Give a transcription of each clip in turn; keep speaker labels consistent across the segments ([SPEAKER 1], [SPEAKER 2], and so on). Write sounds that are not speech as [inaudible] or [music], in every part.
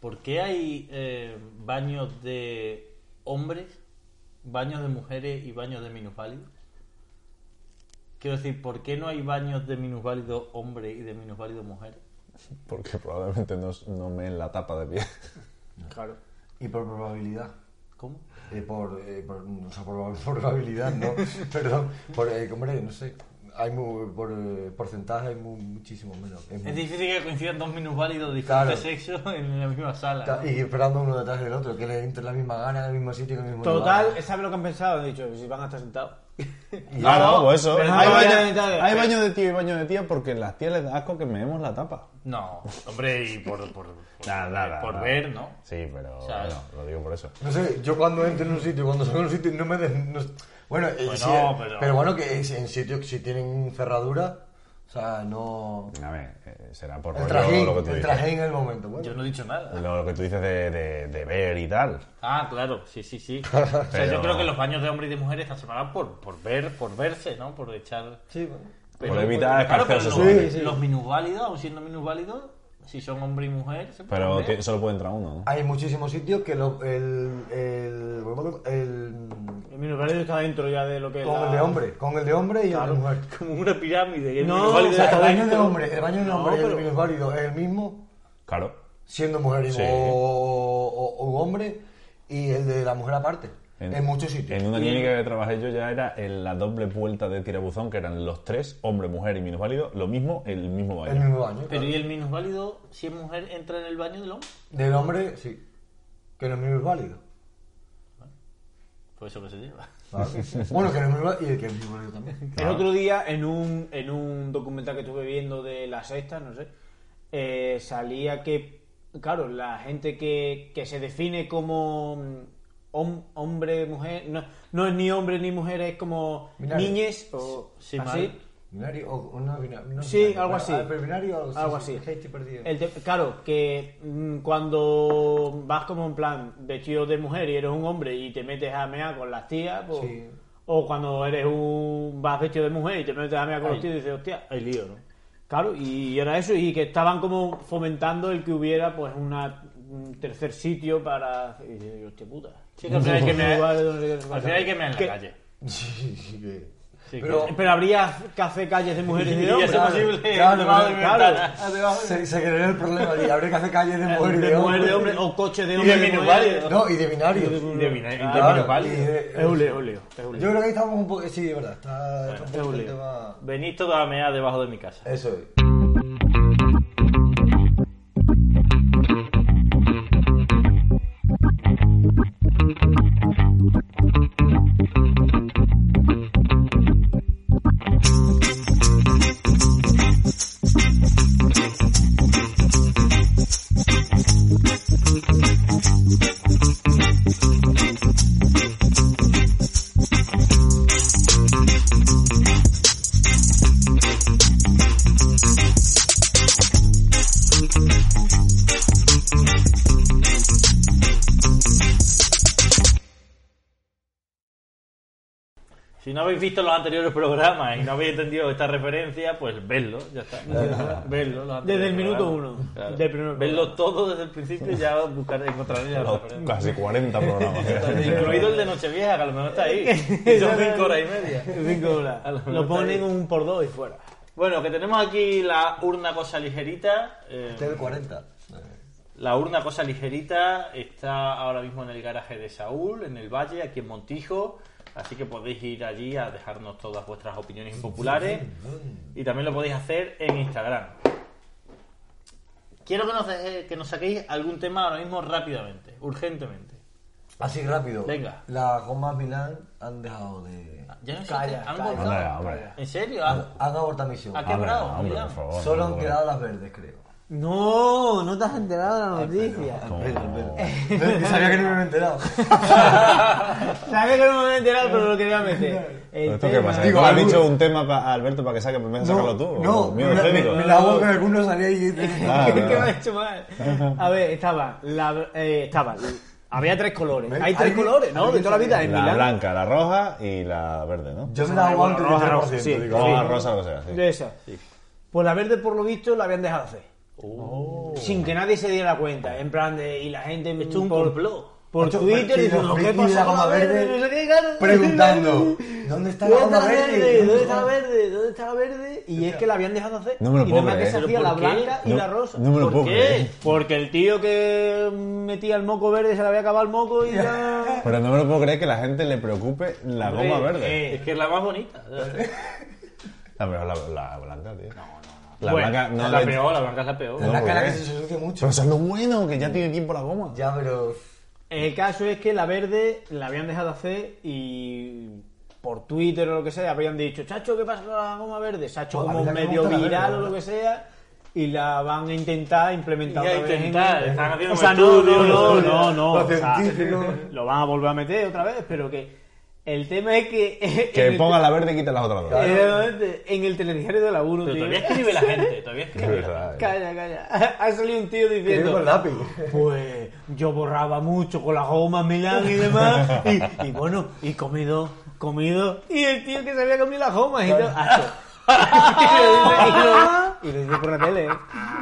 [SPEAKER 1] ¿Por qué hay eh, baños de hombres, baños de mujeres y baños de minusválidos? Quiero decir, ¿por qué no hay baños de minusválidos hombres y de minusválidos mujeres?
[SPEAKER 2] Porque probablemente no, no me en la tapa de pie.
[SPEAKER 1] Claro.
[SPEAKER 3] Y por probabilidad.
[SPEAKER 1] ¿Cómo?
[SPEAKER 3] Eh, por, eh, por, o sea, por, [laughs] por probabilidad, ¿no? [laughs] Perdón. Por, eh, hombre, no sé. Hay muy, por eh, porcentaje hay mu- muchísimo menos. Es muy-
[SPEAKER 1] Es difícil que coincidan dos minusválidos de diferentes
[SPEAKER 3] Claro.
[SPEAKER 1] sexos [laughs] en la misma sala.
[SPEAKER 3] Ta-
[SPEAKER 1] ¿no?
[SPEAKER 3] Y esperando uno detrás del otro, que le entre la misma gana, en el mismo sitio, en el mismo
[SPEAKER 4] Total,
[SPEAKER 3] lugar.
[SPEAKER 4] ¿sabes lo que han pensado? He dicho, si van a estar sentados.
[SPEAKER 2] [laughs] Claro, pues eso.
[SPEAKER 4] Pero no
[SPEAKER 2] Hay
[SPEAKER 4] me
[SPEAKER 2] baño,
[SPEAKER 4] vayan a mitad de-
[SPEAKER 2] hay baño de tío y baño de tía porque las tías les da asco que me demos la tapa.
[SPEAKER 1] No, hombre, y por, por, por-
[SPEAKER 2] Nada, nada,
[SPEAKER 1] por
[SPEAKER 2] nada.
[SPEAKER 1] ver, ¿no?
[SPEAKER 2] Sí, pero
[SPEAKER 1] ¿Sabes?
[SPEAKER 2] bueno, lo digo por eso.
[SPEAKER 3] No sé, yo cuando entro en un sitio, cuando salgo en un sitio, no me den... no- bueno, eh,
[SPEAKER 1] Bueno,
[SPEAKER 3] sí,
[SPEAKER 1] pero-
[SPEAKER 3] bueno, que es- en sitios que si tienen cerradura, o sea, no...
[SPEAKER 2] A ver, eh, será por
[SPEAKER 3] El
[SPEAKER 2] rollo
[SPEAKER 3] trajín,
[SPEAKER 2] lo que tú
[SPEAKER 3] el
[SPEAKER 2] dices.
[SPEAKER 3] trajín en el momento. Bueno,
[SPEAKER 1] Yo no he dicho nada.
[SPEAKER 2] Lo que tú dices de, de- de ver y tal.
[SPEAKER 1] Ah, claro, sí, sí,
[SPEAKER 2] [laughs]
[SPEAKER 1] sí. O sea,
[SPEAKER 2] Pero-
[SPEAKER 1] yo creo que los baños de hombres y de mujeres están separados por, por ver, por verse, ¿no? Por echar...
[SPEAKER 3] sí, bueno.
[SPEAKER 2] por evitar
[SPEAKER 1] claro, pero
[SPEAKER 2] escarceos
[SPEAKER 1] los,
[SPEAKER 2] sexuales.
[SPEAKER 1] los minusválidos, aun siendo minusválidos, si son hombre y mujer, se pueden
[SPEAKER 2] Pero
[SPEAKER 1] ver.
[SPEAKER 2] ti- solo puede entrar uno, ¿no?
[SPEAKER 3] Hay muchísimos sitios que lo, el, el, el-
[SPEAKER 4] El minusválido está dentro ya de lo que es
[SPEAKER 3] con
[SPEAKER 4] la-
[SPEAKER 3] el de hombre, con el de hombre y el de mujer.
[SPEAKER 4] [laughs]
[SPEAKER 1] como una pirámide. el
[SPEAKER 4] No,
[SPEAKER 3] O
[SPEAKER 1] minusválido
[SPEAKER 3] sea,
[SPEAKER 1] está
[SPEAKER 3] el baño de
[SPEAKER 1] dentro.
[SPEAKER 3] hombre, el baño de
[SPEAKER 4] No,
[SPEAKER 3] hombre y
[SPEAKER 4] pero-
[SPEAKER 3] el minusválido es el mismo
[SPEAKER 2] Claro.
[SPEAKER 3] siendo mujer y-
[SPEAKER 2] Sí.
[SPEAKER 3] o, o- o hombre y el de la mujer aparte. En, muchos sitios.
[SPEAKER 2] En una clínica que trabajé yo ya era en la doble vuelta de tirabuzón, que eran los tres, hombre, mujer y minusválido, lo mismo, el mismo
[SPEAKER 3] El
[SPEAKER 2] baño.
[SPEAKER 3] mismo baño.
[SPEAKER 1] Pero
[SPEAKER 3] claro.
[SPEAKER 1] ¿y el minusválido, si es mujer, entra en el baño del hombre?
[SPEAKER 3] Del hombre, sí. Que no es minusválido.
[SPEAKER 1] Pues eso que se lleva.
[SPEAKER 3] bueno, que no es minusválido y el que es minusválido también.
[SPEAKER 4] El otro día, en un, en un documental que estuve viendo de la sexta, no sé, eh, salía que, claro, la gente que, que se define como mm, hom- hombre, mujer, no, no es ni hombre ni mujer, es como
[SPEAKER 3] Binario.
[SPEAKER 4] niñes o
[SPEAKER 1] Sí,
[SPEAKER 4] así.
[SPEAKER 1] mal.
[SPEAKER 3] Binario o no binario. no
[SPEAKER 4] Sí,
[SPEAKER 3] binario.
[SPEAKER 4] algo
[SPEAKER 3] Bueno,
[SPEAKER 4] así.
[SPEAKER 3] ah, pero binario, sí,
[SPEAKER 4] Algo
[SPEAKER 3] sí,
[SPEAKER 4] así.
[SPEAKER 3] que estoy perdido.
[SPEAKER 4] El te- claro, que mm, cuando vas como en plan vestido de mujer y eres un hombre y te metes a mear con las tías, pues-
[SPEAKER 3] Sí.
[SPEAKER 4] o cuando eres un vas vestido de mujer y te metes a mear con los tíos y dices, hostia,
[SPEAKER 1] Hay lío, ¿no?
[SPEAKER 4] Claro, y era eso, y que estaban como fomentando el que hubiera pues una, un tercer sitio para... Y yo, yo, hostia puta.
[SPEAKER 1] Sí, que al final hay que mear-
[SPEAKER 4] Lugar donde-
[SPEAKER 1] Al final hay que mear en la calle.
[SPEAKER 3] [laughs] Sí, sí, que-
[SPEAKER 1] Sí,
[SPEAKER 3] pero
[SPEAKER 4] Pero habría café calles de mujeres y de
[SPEAKER 1] [laughs] Y
[SPEAKER 4] hombres.
[SPEAKER 1] eso
[SPEAKER 3] claro,
[SPEAKER 1] posible,
[SPEAKER 3] claro,
[SPEAKER 1] debajo de mi
[SPEAKER 3] claro.
[SPEAKER 1] ventana.
[SPEAKER 3] se, se creó el problema. de habría que hacer calles
[SPEAKER 1] [laughs]
[SPEAKER 3] de mujer y
[SPEAKER 4] de mujer
[SPEAKER 3] de hombre.
[SPEAKER 4] de hombre, o coche de
[SPEAKER 1] Y
[SPEAKER 4] hombre.
[SPEAKER 1] de minusválido.
[SPEAKER 3] No, y de binarios.
[SPEAKER 1] De binario,
[SPEAKER 4] Claro.
[SPEAKER 1] de minusválido.
[SPEAKER 3] y de-
[SPEAKER 4] Es un lío, es un lío, es un lío.
[SPEAKER 3] Yo creo que ahí estamos un poco. Sí, de verdad. Está, está un
[SPEAKER 4] es
[SPEAKER 3] poco
[SPEAKER 4] un
[SPEAKER 3] el
[SPEAKER 4] lío.
[SPEAKER 3] tema.
[SPEAKER 1] Venís todos a mear debajo de mi casa.
[SPEAKER 3] Eso es.
[SPEAKER 1] Si no habéis visto los anteriores programas y no habéis entendido esta referencia, pues vedlo, ya está. Vedlo, los anteriores
[SPEAKER 4] Desde el minuto
[SPEAKER 1] programas.
[SPEAKER 4] uno,
[SPEAKER 1] Claro.
[SPEAKER 4] del primer
[SPEAKER 1] Vedlo
[SPEAKER 4] programa.
[SPEAKER 1] todo desde el principio y ya buscar, encontraréis la
[SPEAKER 2] Los
[SPEAKER 1] referencia.
[SPEAKER 2] casi 40 programas.
[SPEAKER 1] Incluido el de Nochevieja, que a lo mejor está
[SPEAKER 4] [laughs]
[SPEAKER 1] ahí. Y son cinco horas y media.
[SPEAKER 4] Cinco
[SPEAKER 2] [laughs]
[SPEAKER 4] horas. Lo ponen un por dos y fuera.
[SPEAKER 1] Bueno, que tenemos aquí la urna cosa ligerita. eh,
[SPEAKER 3] Este es el 40.
[SPEAKER 1] la urna cosa ligerita está ahora mismo en el garaje de Saúl, en el Valle, aquí en Montijo. Así que podéis ir allí a dejarnos todas vuestras opiniones impopulares. Y también lo podéis hacer en Instagram. eh, Quiero que nos, deje- que nos saquéis algún tema ahora mismo rápidamente, urgentemente.
[SPEAKER 3] Así rápido.
[SPEAKER 1] Venga. Ah,
[SPEAKER 3] Las gomas Milán han dejado de.
[SPEAKER 1] Ya no existe.
[SPEAKER 4] Calla,
[SPEAKER 1] ¿Han
[SPEAKER 4] calla.
[SPEAKER 1] voltado?
[SPEAKER 2] Hombre, hombre.
[SPEAKER 1] ¿En serio?
[SPEAKER 3] Han,
[SPEAKER 1] ¿Han-
[SPEAKER 3] han abortado misión.
[SPEAKER 1] ¿Ha
[SPEAKER 2] Hombre,
[SPEAKER 1] quebrado?
[SPEAKER 2] hombre,
[SPEAKER 1] Milán?
[SPEAKER 2] por favor.
[SPEAKER 3] Solo han
[SPEAKER 2] hombre.
[SPEAKER 3] quedado las verdes, creo. [laughs]
[SPEAKER 4] No, no te has enterado de la noticia. [laughs]
[SPEAKER 3] Las verdes, las verdes. Sabía que no me había enterado.
[SPEAKER 1] [laughs]
[SPEAKER 4] Sabes que no me voy a enterar, pero lo quería meter. El
[SPEAKER 2] ¿Esto qué
[SPEAKER 4] tema-
[SPEAKER 2] pasa?
[SPEAKER 3] Digo,
[SPEAKER 2] ¿Tú has
[SPEAKER 3] algún-
[SPEAKER 2] dicho un tema pa- a Alberto para que saque, pero me has sacado tú.
[SPEAKER 3] no,
[SPEAKER 2] Miedo
[SPEAKER 3] me, me,
[SPEAKER 2] escénico.
[SPEAKER 3] me la hago que alguno salía y.
[SPEAKER 2] [laughs] Ah,
[SPEAKER 4] ¿Qué me
[SPEAKER 2] verdad.
[SPEAKER 4] ha hecho mal? A ver, estaba. La, eh, estaba había tres colores.
[SPEAKER 3] ¿Ven?
[SPEAKER 4] Hay tres
[SPEAKER 3] ¿Alguien-
[SPEAKER 4] colores, ¿no? De
[SPEAKER 3] alguien
[SPEAKER 4] toda la vida.
[SPEAKER 3] sabe?
[SPEAKER 4] En
[SPEAKER 2] La
[SPEAKER 4] Milán.
[SPEAKER 2] blanca, la roja y la verde, ¿no?
[SPEAKER 3] Yo me la hago antes del
[SPEAKER 4] Roja, roja,
[SPEAKER 3] 3%.
[SPEAKER 4] sí.
[SPEAKER 3] digo,
[SPEAKER 2] Roja, rosa, lo que sea. sí.
[SPEAKER 4] De esa. Pues la verde, por lo visto, la habían dejado hacer.
[SPEAKER 2] Oh.
[SPEAKER 4] Sin que nadie se diera cuenta. En plan de. Y la gente.
[SPEAKER 1] Esto es un
[SPEAKER 4] por-
[SPEAKER 1] complot.
[SPEAKER 4] Por
[SPEAKER 3] Macho,
[SPEAKER 4] Twitter
[SPEAKER 3] y
[SPEAKER 4] diciendo,
[SPEAKER 3] los
[SPEAKER 4] ¿qué
[SPEAKER 3] frikis de
[SPEAKER 4] pasa
[SPEAKER 3] la
[SPEAKER 4] con la
[SPEAKER 3] goma
[SPEAKER 4] verde?
[SPEAKER 3] verde
[SPEAKER 4] No sé qué, claro. [laughs]
[SPEAKER 3] Preguntando. ¿Dónde está la goma verde?
[SPEAKER 4] ¿Dónde está la verde? ¿Dónde está la verde? Y es que la habían dejado hacer.
[SPEAKER 2] No me lo
[SPEAKER 4] y
[SPEAKER 2] puedo
[SPEAKER 4] nada más
[SPEAKER 2] creer.
[SPEAKER 4] que se
[SPEAKER 1] ¿Pero
[SPEAKER 4] hacía la
[SPEAKER 1] por qué?
[SPEAKER 4] blanca y
[SPEAKER 2] No-
[SPEAKER 4] la rosa.
[SPEAKER 2] no me lo
[SPEAKER 4] ¿Por
[SPEAKER 2] puedo
[SPEAKER 4] qué?
[SPEAKER 2] creer.
[SPEAKER 4] Porque el tío que metía el moco verde se le había acabado el moco
[SPEAKER 3] [laughs]
[SPEAKER 4] y ya.
[SPEAKER 2] Pero no me lo puedo creer que la gente le preocupe la
[SPEAKER 4] Hombre,
[SPEAKER 2] goma verde.
[SPEAKER 4] eh.
[SPEAKER 1] Es que es la más bonita.
[SPEAKER 2] [laughs] La peor, la, la blanca, tío. No, no, no. La
[SPEAKER 4] Bueno,
[SPEAKER 2] blanca no
[SPEAKER 1] la
[SPEAKER 2] le-
[SPEAKER 1] peor, la blanca es la peor.
[SPEAKER 2] No,
[SPEAKER 3] La cara que
[SPEAKER 2] ¿eh?
[SPEAKER 3] se ensucia mucho.
[SPEAKER 2] Pero eso es lo bueno, que ya tiene tiempo la goma.
[SPEAKER 3] Ya, pero.
[SPEAKER 4] El caso es que la verde la habían dejado hacer y por Twitter o lo que sea habían dicho, chacho, ¿qué pasa con la goma verde? Se ha hecho
[SPEAKER 3] Pues a
[SPEAKER 4] como
[SPEAKER 3] mí la que me
[SPEAKER 4] medio
[SPEAKER 3] gusta la
[SPEAKER 4] viral
[SPEAKER 3] verde,
[SPEAKER 4] o lo
[SPEAKER 3] ¿verdad?
[SPEAKER 4] que sea y la van a intentar implementar
[SPEAKER 1] Y a
[SPEAKER 4] otra vez en-
[SPEAKER 1] intentar, están haciendo
[SPEAKER 4] O sea,
[SPEAKER 1] un
[SPEAKER 4] no,
[SPEAKER 1] estudio,
[SPEAKER 4] no, no,
[SPEAKER 1] ¿no?
[SPEAKER 4] no, no,
[SPEAKER 3] Los
[SPEAKER 4] o sea,
[SPEAKER 3] científicos.
[SPEAKER 4] lo van a volver a meter otra vez, pero que el tema es que... [laughs]
[SPEAKER 2] Que
[SPEAKER 4] en el-
[SPEAKER 2] ponga la verde y quita las otras dos.
[SPEAKER 4] eh, En el telediario de la 1,
[SPEAKER 1] Pero
[SPEAKER 4] tío.
[SPEAKER 1] todavía escribe la gente, todavía
[SPEAKER 2] Es
[SPEAKER 1] escribe. la gente.
[SPEAKER 2] verdad, eh.
[SPEAKER 4] Calla, calla. [laughs] Ha salido un tío
[SPEAKER 3] Escribe
[SPEAKER 4] diciendo...
[SPEAKER 3] con lápiz.
[SPEAKER 4] Pues yo borraba mucho con las gomas Milán y demás. Y, y bueno, y comido, comido. Y el tío que se había comido las gomas y todo. hacho. y, lo [laughs] dice, y lo- y lo dice por la tele. ¿eh?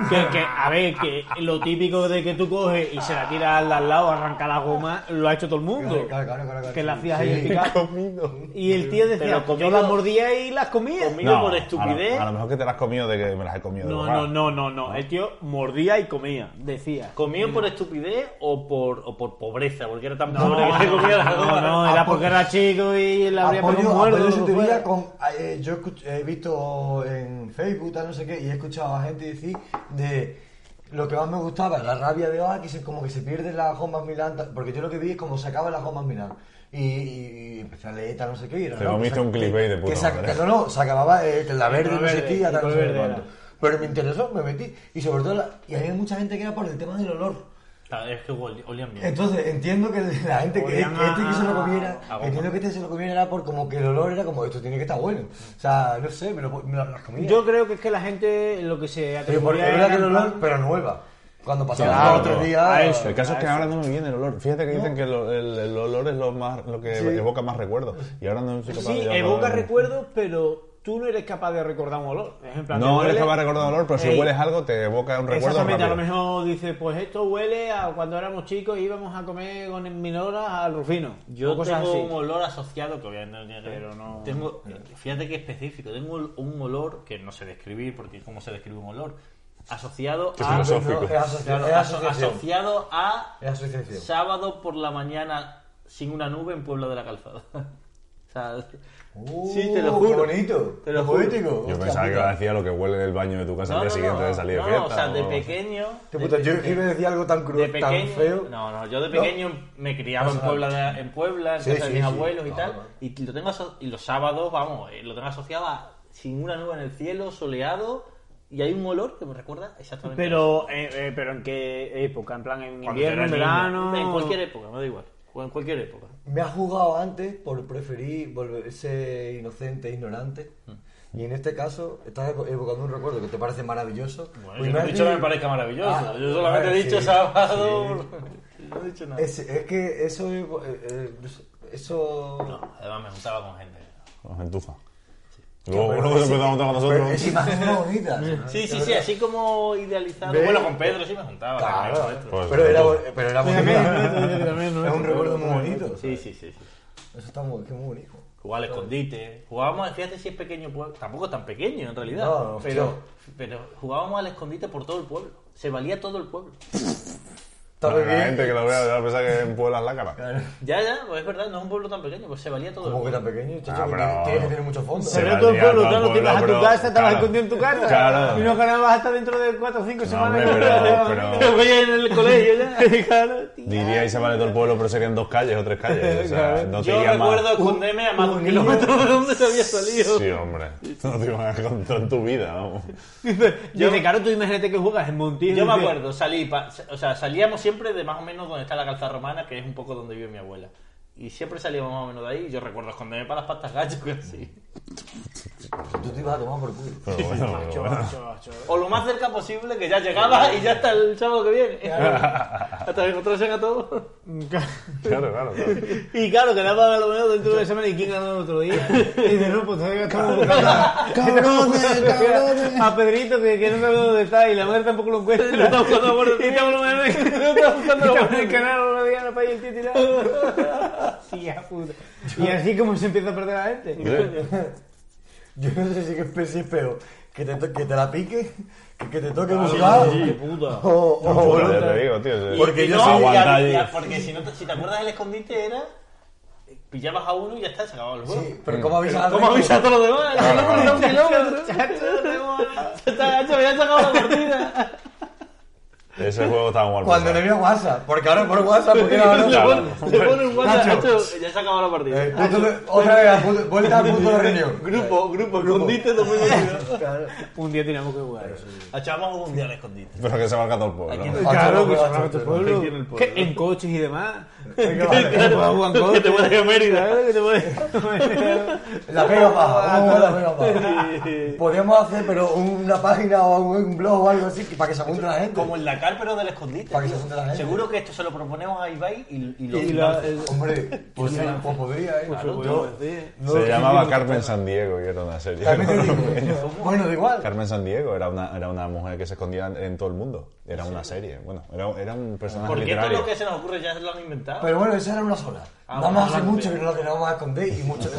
[SPEAKER 4] Que, que, a ver, que lo típico de que tú coges y se la tiras al de al lado, arranca la goma, lo ha hecho todo el mundo.
[SPEAKER 3] Claro, claro, claro, claro.
[SPEAKER 4] que la hacías
[SPEAKER 3] Sí.
[SPEAKER 4] ahí picar. Y el tío decía,
[SPEAKER 1] Pero comido-
[SPEAKER 4] yo las mordía y las comía.
[SPEAKER 1] Comido por
[SPEAKER 2] A
[SPEAKER 1] estupidez.
[SPEAKER 2] lo, a lo mejor que te las has comido de que me las he comido.
[SPEAKER 4] No,
[SPEAKER 2] de
[SPEAKER 4] no,
[SPEAKER 2] verdad. Ah,
[SPEAKER 4] no, no, no. El tío mordía y comía, decía.
[SPEAKER 1] ¿Comió por estupidez o por, o por pobreza? Porque era tan
[SPEAKER 4] No,
[SPEAKER 1] pobre que se comía
[SPEAKER 4] no,
[SPEAKER 1] las gomas.
[SPEAKER 4] no, era porque era chico y la habría pegado
[SPEAKER 3] Apoyo,
[SPEAKER 4] un muerto. pues,
[SPEAKER 3] apoyo su
[SPEAKER 4] lo que fuera.
[SPEAKER 3] teoría con, eh, yo escuch- he visto en Facebook, tal, no sé qué, y he escuchado a gente decir de lo que más me gustaba, la rabia de ah, que se, como que se pierden las gomas Milán, tal, porque yo lo que vi es como se acaban las gomas Milán. Y, y- y empecé a leer tal, no sé qué. Y era,
[SPEAKER 2] Te
[SPEAKER 3] ¿no?
[SPEAKER 2] comiste
[SPEAKER 3] que se-
[SPEAKER 2] un clickbait de
[SPEAKER 3] que-
[SPEAKER 2] puta
[SPEAKER 3] que se-
[SPEAKER 2] madre.
[SPEAKER 3] que no, no, se acababa eh, la verde,
[SPEAKER 4] color
[SPEAKER 3] no sé
[SPEAKER 4] verde,
[SPEAKER 3] qué, tal,
[SPEAKER 4] el
[SPEAKER 3] no
[SPEAKER 4] color
[SPEAKER 3] sé
[SPEAKER 4] verde
[SPEAKER 3] cuánto.
[SPEAKER 4] era.
[SPEAKER 3] Pero me interesó, me metí. Y sobre todo, la- y había mucha gente que era por el tema del olor.
[SPEAKER 1] Claro, es que ol- olían bien.
[SPEAKER 3] Entonces, entiendo que la gente que, que
[SPEAKER 4] Olían a-
[SPEAKER 3] este que se lo comiera,
[SPEAKER 1] a goma.
[SPEAKER 3] entiendo que este se lo comiera era por como que el olor era como esto tiene que estar bueno. O sea, no sé, me lo, me lo- las comía.
[SPEAKER 4] Yo creo que es que la gente lo que se
[SPEAKER 3] pero porque
[SPEAKER 4] atribuía
[SPEAKER 3] era que el
[SPEAKER 4] en
[SPEAKER 3] olor,
[SPEAKER 4] plan-
[SPEAKER 3] pero nueva. Cuando pasaban
[SPEAKER 2] Claro,
[SPEAKER 3] los otros días.
[SPEAKER 4] a eso.
[SPEAKER 2] El caso es que
[SPEAKER 4] a
[SPEAKER 2] ahora no me viene el olor. Fíjate que dicen que lo- el, el olor es lo más lo que
[SPEAKER 3] Sí.
[SPEAKER 2] evoca más recuerdos. Y ahora no eh, soy capaz
[SPEAKER 4] Sí,
[SPEAKER 2] de
[SPEAKER 4] evoca recuerdos, pero tú no eres capaz de recordar un olor. Es en plan,
[SPEAKER 2] No
[SPEAKER 4] te
[SPEAKER 2] eres
[SPEAKER 4] huele-
[SPEAKER 2] capaz de recordar el olor, pero si
[SPEAKER 4] Ey,
[SPEAKER 2] hueles algo te evoca un recuerdo.
[SPEAKER 4] Exactamente, a lo
[SPEAKER 2] rápido.
[SPEAKER 4] mejor dices, pues esto huele a cuando éramos chicos y íbamos a comer con minoras al Rufino. o
[SPEAKER 1] Yo
[SPEAKER 4] cosas
[SPEAKER 1] tengo
[SPEAKER 4] así.
[SPEAKER 1] un olor asociado que obviamente no tiene que ver.
[SPEAKER 4] Pero no-
[SPEAKER 1] Tengo, fíjate que específico. Tengo un- un olor que no sé describir porque cómo se describe un olor. Asociado
[SPEAKER 2] es
[SPEAKER 1] a.
[SPEAKER 3] pues, No,
[SPEAKER 2] filosófico.
[SPEAKER 3] es asocia-
[SPEAKER 1] Claro,
[SPEAKER 3] es
[SPEAKER 1] aso-
[SPEAKER 3] asociación.
[SPEAKER 1] asociado a
[SPEAKER 3] Es asociación.
[SPEAKER 1] sábado por la mañana sin una nube en Puebla de la Calzada. [laughs] O sea, sí, te lo
[SPEAKER 3] Uh,
[SPEAKER 1] juro.
[SPEAKER 3] Qué bonito.
[SPEAKER 1] Te lo
[SPEAKER 3] qué
[SPEAKER 1] juro.
[SPEAKER 3] poético.
[SPEAKER 2] Yo
[SPEAKER 3] Hostia
[SPEAKER 2] pensaba que
[SPEAKER 3] puta.
[SPEAKER 2] decía lo que huele del baño de tu casa
[SPEAKER 1] No,
[SPEAKER 2] al día
[SPEAKER 1] no,
[SPEAKER 2] siguiente
[SPEAKER 1] no,
[SPEAKER 2] de salir
[SPEAKER 1] no,
[SPEAKER 2] de
[SPEAKER 1] no,
[SPEAKER 2] fiesta.
[SPEAKER 1] o sea, de
[SPEAKER 2] algo así.
[SPEAKER 1] pequeño.
[SPEAKER 3] Qué puta,
[SPEAKER 1] de
[SPEAKER 3] yo
[SPEAKER 1] pequeño-
[SPEAKER 3] iba a decir algo tan
[SPEAKER 1] de
[SPEAKER 3] cruel, tan
[SPEAKER 1] pequeño,
[SPEAKER 3] feo.
[SPEAKER 1] No, no, yo de pequeño me criaba en
[SPEAKER 3] Pasa
[SPEAKER 1] Puebla, de- en Puebla, en
[SPEAKER 3] Sí,
[SPEAKER 1] casa de
[SPEAKER 3] sí,
[SPEAKER 1] mis
[SPEAKER 3] sí.
[SPEAKER 1] abuelos y
[SPEAKER 3] No,
[SPEAKER 1] tal.
[SPEAKER 3] no.
[SPEAKER 1] Y lo tengo aso- y los sábados, vamos, eh, lo tengo asociado a sin una nube en el cielo, soleado, y hay un olor que me recuerda exactamente. a eso.
[SPEAKER 4] Pero, eh, eh, pero en qué época, en plan en
[SPEAKER 1] Cuando yo
[SPEAKER 4] invierno,
[SPEAKER 1] era
[SPEAKER 4] en
[SPEAKER 1] niño,
[SPEAKER 4] verano.
[SPEAKER 1] en cualquier época, me da igual, o en cualquier época.
[SPEAKER 3] Me ha jugado antes por preferir volverse inocente e ignorante.
[SPEAKER 2] Mm.
[SPEAKER 3] Y en este caso, estás evo- evocando un recuerdo que te parece maravilloso. Pues
[SPEAKER 1] Bueno, yo no he
[SPEAKER 3] imagínate-
[SPEAKER 1] dicho que me parezca maravilloso,
[SPEAKER 3] Ah,
[SPEAKER 1] yo solamente
[SPEAKER 3] vale,
[SPEAKER 1] he dicho
[SPEAKER 3] sí,
[SPEAKER 1] sábado.
[SPEAKER 3] sí.
[SPEAKER 1] [laughs] No he dicho nada.
[SPEAKER 3] Es, es que eso. eh, eh, eso.
[SPEAKER 1] No, además me juntaba con gente.
[SPEAKER 2] Nos entufa.
[SPEAKER 3] Qué
[SPEAKER 2] Luego,
[SPEAKER 3] bueno,
[SPEAKER 2] luego se
[SPEAKER 3] sí.
[SPEAKER 2] empezó a montar con
[SPEAKER 3] Pero
[SPEAKER 2] nosotros.
[SPEAKER 3] es imagen muy bonita.
[SPEAKER 1] Sí, sí, sí, así como idealizado.
[SPEAKER 3] Ve-
[SPEAKER 1] Bueno, con Pedro sí me juntaba.
[SPEAKER 3] Claro, eh.
[SPEAKER 1] con Pedro.
[SPEAKER 2] Pues,
[SPEAKER 3] pero era,
[SPEAKER 2] pues,
[SPEAKER 3] pero era bonita. Es un recuerdo muy bonito. o sea,
[SPEAKER 1] Sí, sí, sí, sí.
[SPEAKER 3] Eso está muy, que muy bonito.
[SPEAKER 1] Jugar al escondite. Jugábamos, fíjate si es pequeño pueblo. Tampoco es tan pequeño en realidad.
[SPEAKER 3] No,
[SPEAKER 1] pero,
[SPEAKER 3] hostia.
[SPEAKER 1] pero jugábamos al escondite por todo el pueblo. Se valía todo el pueblo.
[SPEAKER 3] Está muy
[SPEAKER 2] la
[SPEAKER 3] bien.
[SPEAKER 2] gente que lo vea va a pensar que en Puebla es la cara.
[SPEAKER 3] Claro.
[SPEAKER 1] Ya, ya, pues es verdad, no es un pueblo tan pequeño, pues se valía todo. el
[SPEAKER 3] Como que
[SPEAKER 1] mundo.
[SPEAKER 3] tan pequeño, chacho,
[SPEAKER 2] Ah,
[SPEAKER 3] que
[SPEAKER 2] pero-
[SPEAKER 3] tiene- tiene que tener mucho fondo.
[SPEAKER 4] Se
[SPEAKER 2] Sí.
[SPEAKER 4] ve todo el
[SPEAKER 2] valía
[SPEAKER 4] pueblo,
[SPEAKER 2] todo el
[SPEAKER 4] claro, te ibas a
[SPEAKER 2] pueblo,
[SPEAKER 4] tu casa, estabas
[SPEAKER 2] claro.
[SPEAKER 4] escondido en tu casa.
[SPEAKER 2] Claro.
[SPEAKER 4] Y no ganabas hasta dentro de 4 o 5 semanas.
[SPEAKER 2] hombre,
[SPEAKER 4] [laughs]
[SPEAKER 2] pero- pero-
[SPEAKER 1] [laughs] Lo veía en el colegio
[SPEAKER 3] [laughs]
[SPEAKER 1] ya.
[SPEAKER 4] claro, tío.
[SPEAKER 2] Diría y se vale todo el pueblo, pero serían dos calles o tres calles. O sea,
[SPEAKER 4] Claro.
[SPEAKER 2] no te
[SPEAKER 1] Yo
[SPEAKER 2] iría más.
[SPEAKER 1] recuerdo esconderme a más de un
[SPEAKER 3] un
[SPEAKER 1] kilómetro de donde se había salido.
[SPEAKER 2] Sí, hombre. No te ibas a contar en tu vida, vamos.
[SPEAKER 4] Yo, Dice, claro, tú imagínate que juegas en Montijo.
[SPEAKER 1] Yo me
[SPEAKER 4] dice,
[SPEAKER 1] acuerdo, salí, pa- o sea, salíamos siempre de más o menos donde está la calza romana, que es un poco donde vive mi abuela. Y siempre salíamos más o menos de ahí. y Yo recuerdo esconderme para las pastas gallo, que así.
[SPEAKER 3] Tú te ibas a tomar por culo.
[SPEAKER 2] Pero bueno,
[SPEAKER 4] macho,
[SPEAKER 2] pero bueno.
[SPEAKER 4] macho, macho.
[SPEAKER 1] O lo más cerca posible, que ya llegaba y ya hasta el sábado que viene. [laughs] hasta que encontrarse a todos.
[SPEAKER 2] Claro,
[SPEAKER 4] [laughs]
[SPEAKER 2] claro, claro.
[SPEAKER 4] Y claro, quedaba a lo menos dentro de una semana y quién ganó el otro [laughs] día. Y de no, pues todavía estamos [laughs] buscando.
[SPEAKER 3] [laughs] Cabrones, cabrones.
[SPEAKER 4] A Pedrito que, que no sabe dónde está y la madre tampoco lo encuentra. [laughs] Y estamos buscando por el canal otro día, no para el tío [laughs] tirado. Tía puta. Y así como se empieza a perder la gente.
[SPEAKER 3] Yo no sé si qué si es peor. Que te, to- que te la pique, que, que te toque un
[SPEAKER 4] sí,
[SPEAKER 3] lado.
[SPEAKER 4] sí, puta.
[SPEAKER 3] O, o,
[SPEAKER 2] Yo
[SPEAKER 3] o-
[SPEAKER 2] te digo, tío. sí.
[SPEAKER 3] Porque
[SPEAKER 1] Y
[SPEAKER 3] yo
[SPEAKER 1] no,
[SPEAKER 3] soy
[SPEAKER 1] y
[SPEAKER 2] aguantar
[SPEAKER 1] había-
[SPEAKER 2] allí.
[SPEAKER 1] Porque si, no te, si te acuerdas, el escondite era. eh, Pillabas a uno y ya está, se acababa el juego.
[SPEAKER 3] Sí, Ah. pero ¿cómo avisas al
[SPEAKER 1] ¿Cómo
[SPEAKER 3] rico?
[SPEAKER 1] avisa a todos los demás?
[SPEAKER 2] Claro,
[SPEAKER 1] No,
[SPEAKER 2] claro.
[SPEAKER 1] un kilómetro. Ya está, ya se había sacado la partida.
[SPEAKER 2] Ese juego estaba mal.
[SPEAKER 3] Cuando le
[SPEAKER 2] pensado.
[SPEAKER 3] vio WhatsApp. Porque ahora por WhatsApp, ¿por qué no
[SPEAKER 1] Le
[SPEAKER 3] ahora?
[SPEAKER 1] pone- le pone un WhatsApp,
[SPEAKER 3] Nacho.
[SPEAKER 1] "Nacho, ya se acabó la partida.
[SPEAKER 3] Eh, punto de- Otra vez, a punto- vuelta al punto de reunión.
[SPEAKER 1] Grupo, grupo, escondite
[SPEAKER 3] [laughs]
[SPEAKER 1] 2022.
[SPEAKER 4] Un día teníamos que jugar.
[SPEAKER 1] Echamos un mundial escondite.
[SPEAKER 2] [laughs] Pero que se valga todo el pueblo.
[SPEAKER 3] Aquí-
[SPEAKER 4] Claro, que se
[SPEAKER 3] Macho,
[SPEAKER 4] va a tu
[SPEAKER 3] macho,
[SPEAKER 4] pueblo.
[SPEAKER 1] macho, en el pueblo.
[SPEAKER 4] Que En coches y demás.
[SPEAKER 3] Venga, vale.
[SPEAKER 1] Que te puedes ir a Mérida.
[SPEAKER 4] Claro, que te puedes-
[SPEAKER 3] La pega
[SPEAKER 4] Ah,
[SPEAKER 3] paja, vamos a la pega paja. Podríamos hacer, pero una página o un blog o algo así que- para que se apunte la gente.
[SPEAKER 1] Como el Dakar, pero del escondite.
[SPEAKER 3] Para que se
[SPEAKER 1] tío.
[SPEAKER 3] junte la gente.
[SPEAKER 1] Seguro que esto se lo proponemos a Ibai y, y lo
[SPEAKER 4] Y la-
[SPEAKER 1] lanza.
[SPEAKER 4] el-
[SPEAKER 3] Hombre, pues, sí, pues podría, ¿eh?
[SPEAKER 1] Claro,
[SPEAKER 3] Yo-
[SPEAKER 1] tío, sí.
[SPEAKER 3] no-
[SPEAKER 2] Se llamaba Carmen San Diego y era una serie.
[SPEAKER 3] También te digo, bueno, da
[SPEAKER 2] [laughs]
[SPEAKER 3] igual.
[SPEAKER 2] Carmen San Diego era una, era una mujer que se escondía en, en todo el mundo. Era una serie. Bueno, era, era un personaje
[SPEAKER 1] Porque todo
[SPEAKER 2] literario.
[SPEAKER 1] lo que se nos ocurre ya lo han inventado.
[SPEAKER 3] Pero bueno, esa era una sola.
[SPEAKER 1] Ah,
[SPEAKER 3] vamos a
[SPEAKER 1] bueno,
[SPEAKER 3] hacer
[SPEAKER 1] vale.
[SPEAKER 3] mucho que no la vamos a esconder y mucho que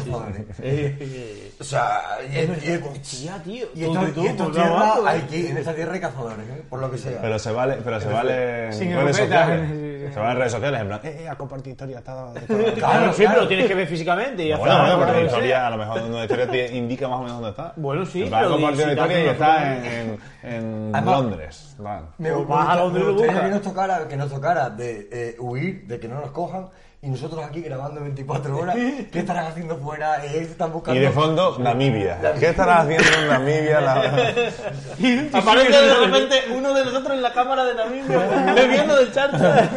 [SPEAKER 1] Eh,
[SPEAKER 3] O sea, y, y-
[SPEAKER 4] Hostia, tío.
[SPEAKER 3] y esto,
[SPEAKER 4] Tú, tú,
[SPEAKER 3] y esto
[SPEAKER 4] tú,
[SPEAKER 3] tierra,
[SPEAKER 4] tú, tú.
[SPEAKER 3] hay que, en esta tierra hay cazadores, ¿eh? por lo que sea.
[SPEAKER 2] Pero se vale, pero se vale en
[SPEAKER 4] Sin
[SPEAKER 2] redes
[SPEAKER 4] escopeta.
[SPEAKER 2] sociales.
[SPEAKER 4] Sí, sí.
[SPEAKER 2] Se vale en redes sociales, en plan, eh, eh, a compartir historia, está... está-
[SPEAKER 4] Claro, sí,
[SPEAKER 3] claro.
[SPEAKER 4] pero lo tienes que ver físicamente y ya
[SPEAKER 2] Bueno,
[SPEAKER 4] está.
[SPEAKER 2] bueno, porque la
[SPEAKER 4] Claro, [laughs] sí.
[SPEAKER 2] historia, a lo mejor una historia te indica más o menos dónde está.
[SPEAKER 4] Bueno, sí,
[SPEAKER 2] En plan,
[SPEAKER 4] pero
[SPEAKER 2] compartir una
[SPEAKER 4] si te
[SPEAKER 2] historia y
[SPEAKER 4] haces
[SPEAKER 2] está
[SPEAKER 4] una
[SPEAKER 2] en, en, en
[SPEAKER 3] Además-
[SPEAKER 2] Londres. Vale.
[SPEAKER 3] Me
[SPEAKER 4] Pues
[SPEAKER 3] gu-
[SPEAKER 4] vas a
[SPEAKER 3] me
[SPEAKER 4] donde lo
[SPEAKER 3] gustaría
[SPEAKER 4] buscas.
[SPEAKER 3] que nos tocara, que nos tocara de eh, huir, de que no nos cojan, y nosotros aquí grabando 24 horas, ¿qué estarán haciendo fuera? Eh, están buscando...
[SPEAKER 2] Y de fondo, Namibia. ¿Qué estarás haciendo en Namibia? La... [laughs]
[SPEAKER 1] Aparece de repente uno de nosotros en la cámara de Namibia bebiendo del charcha.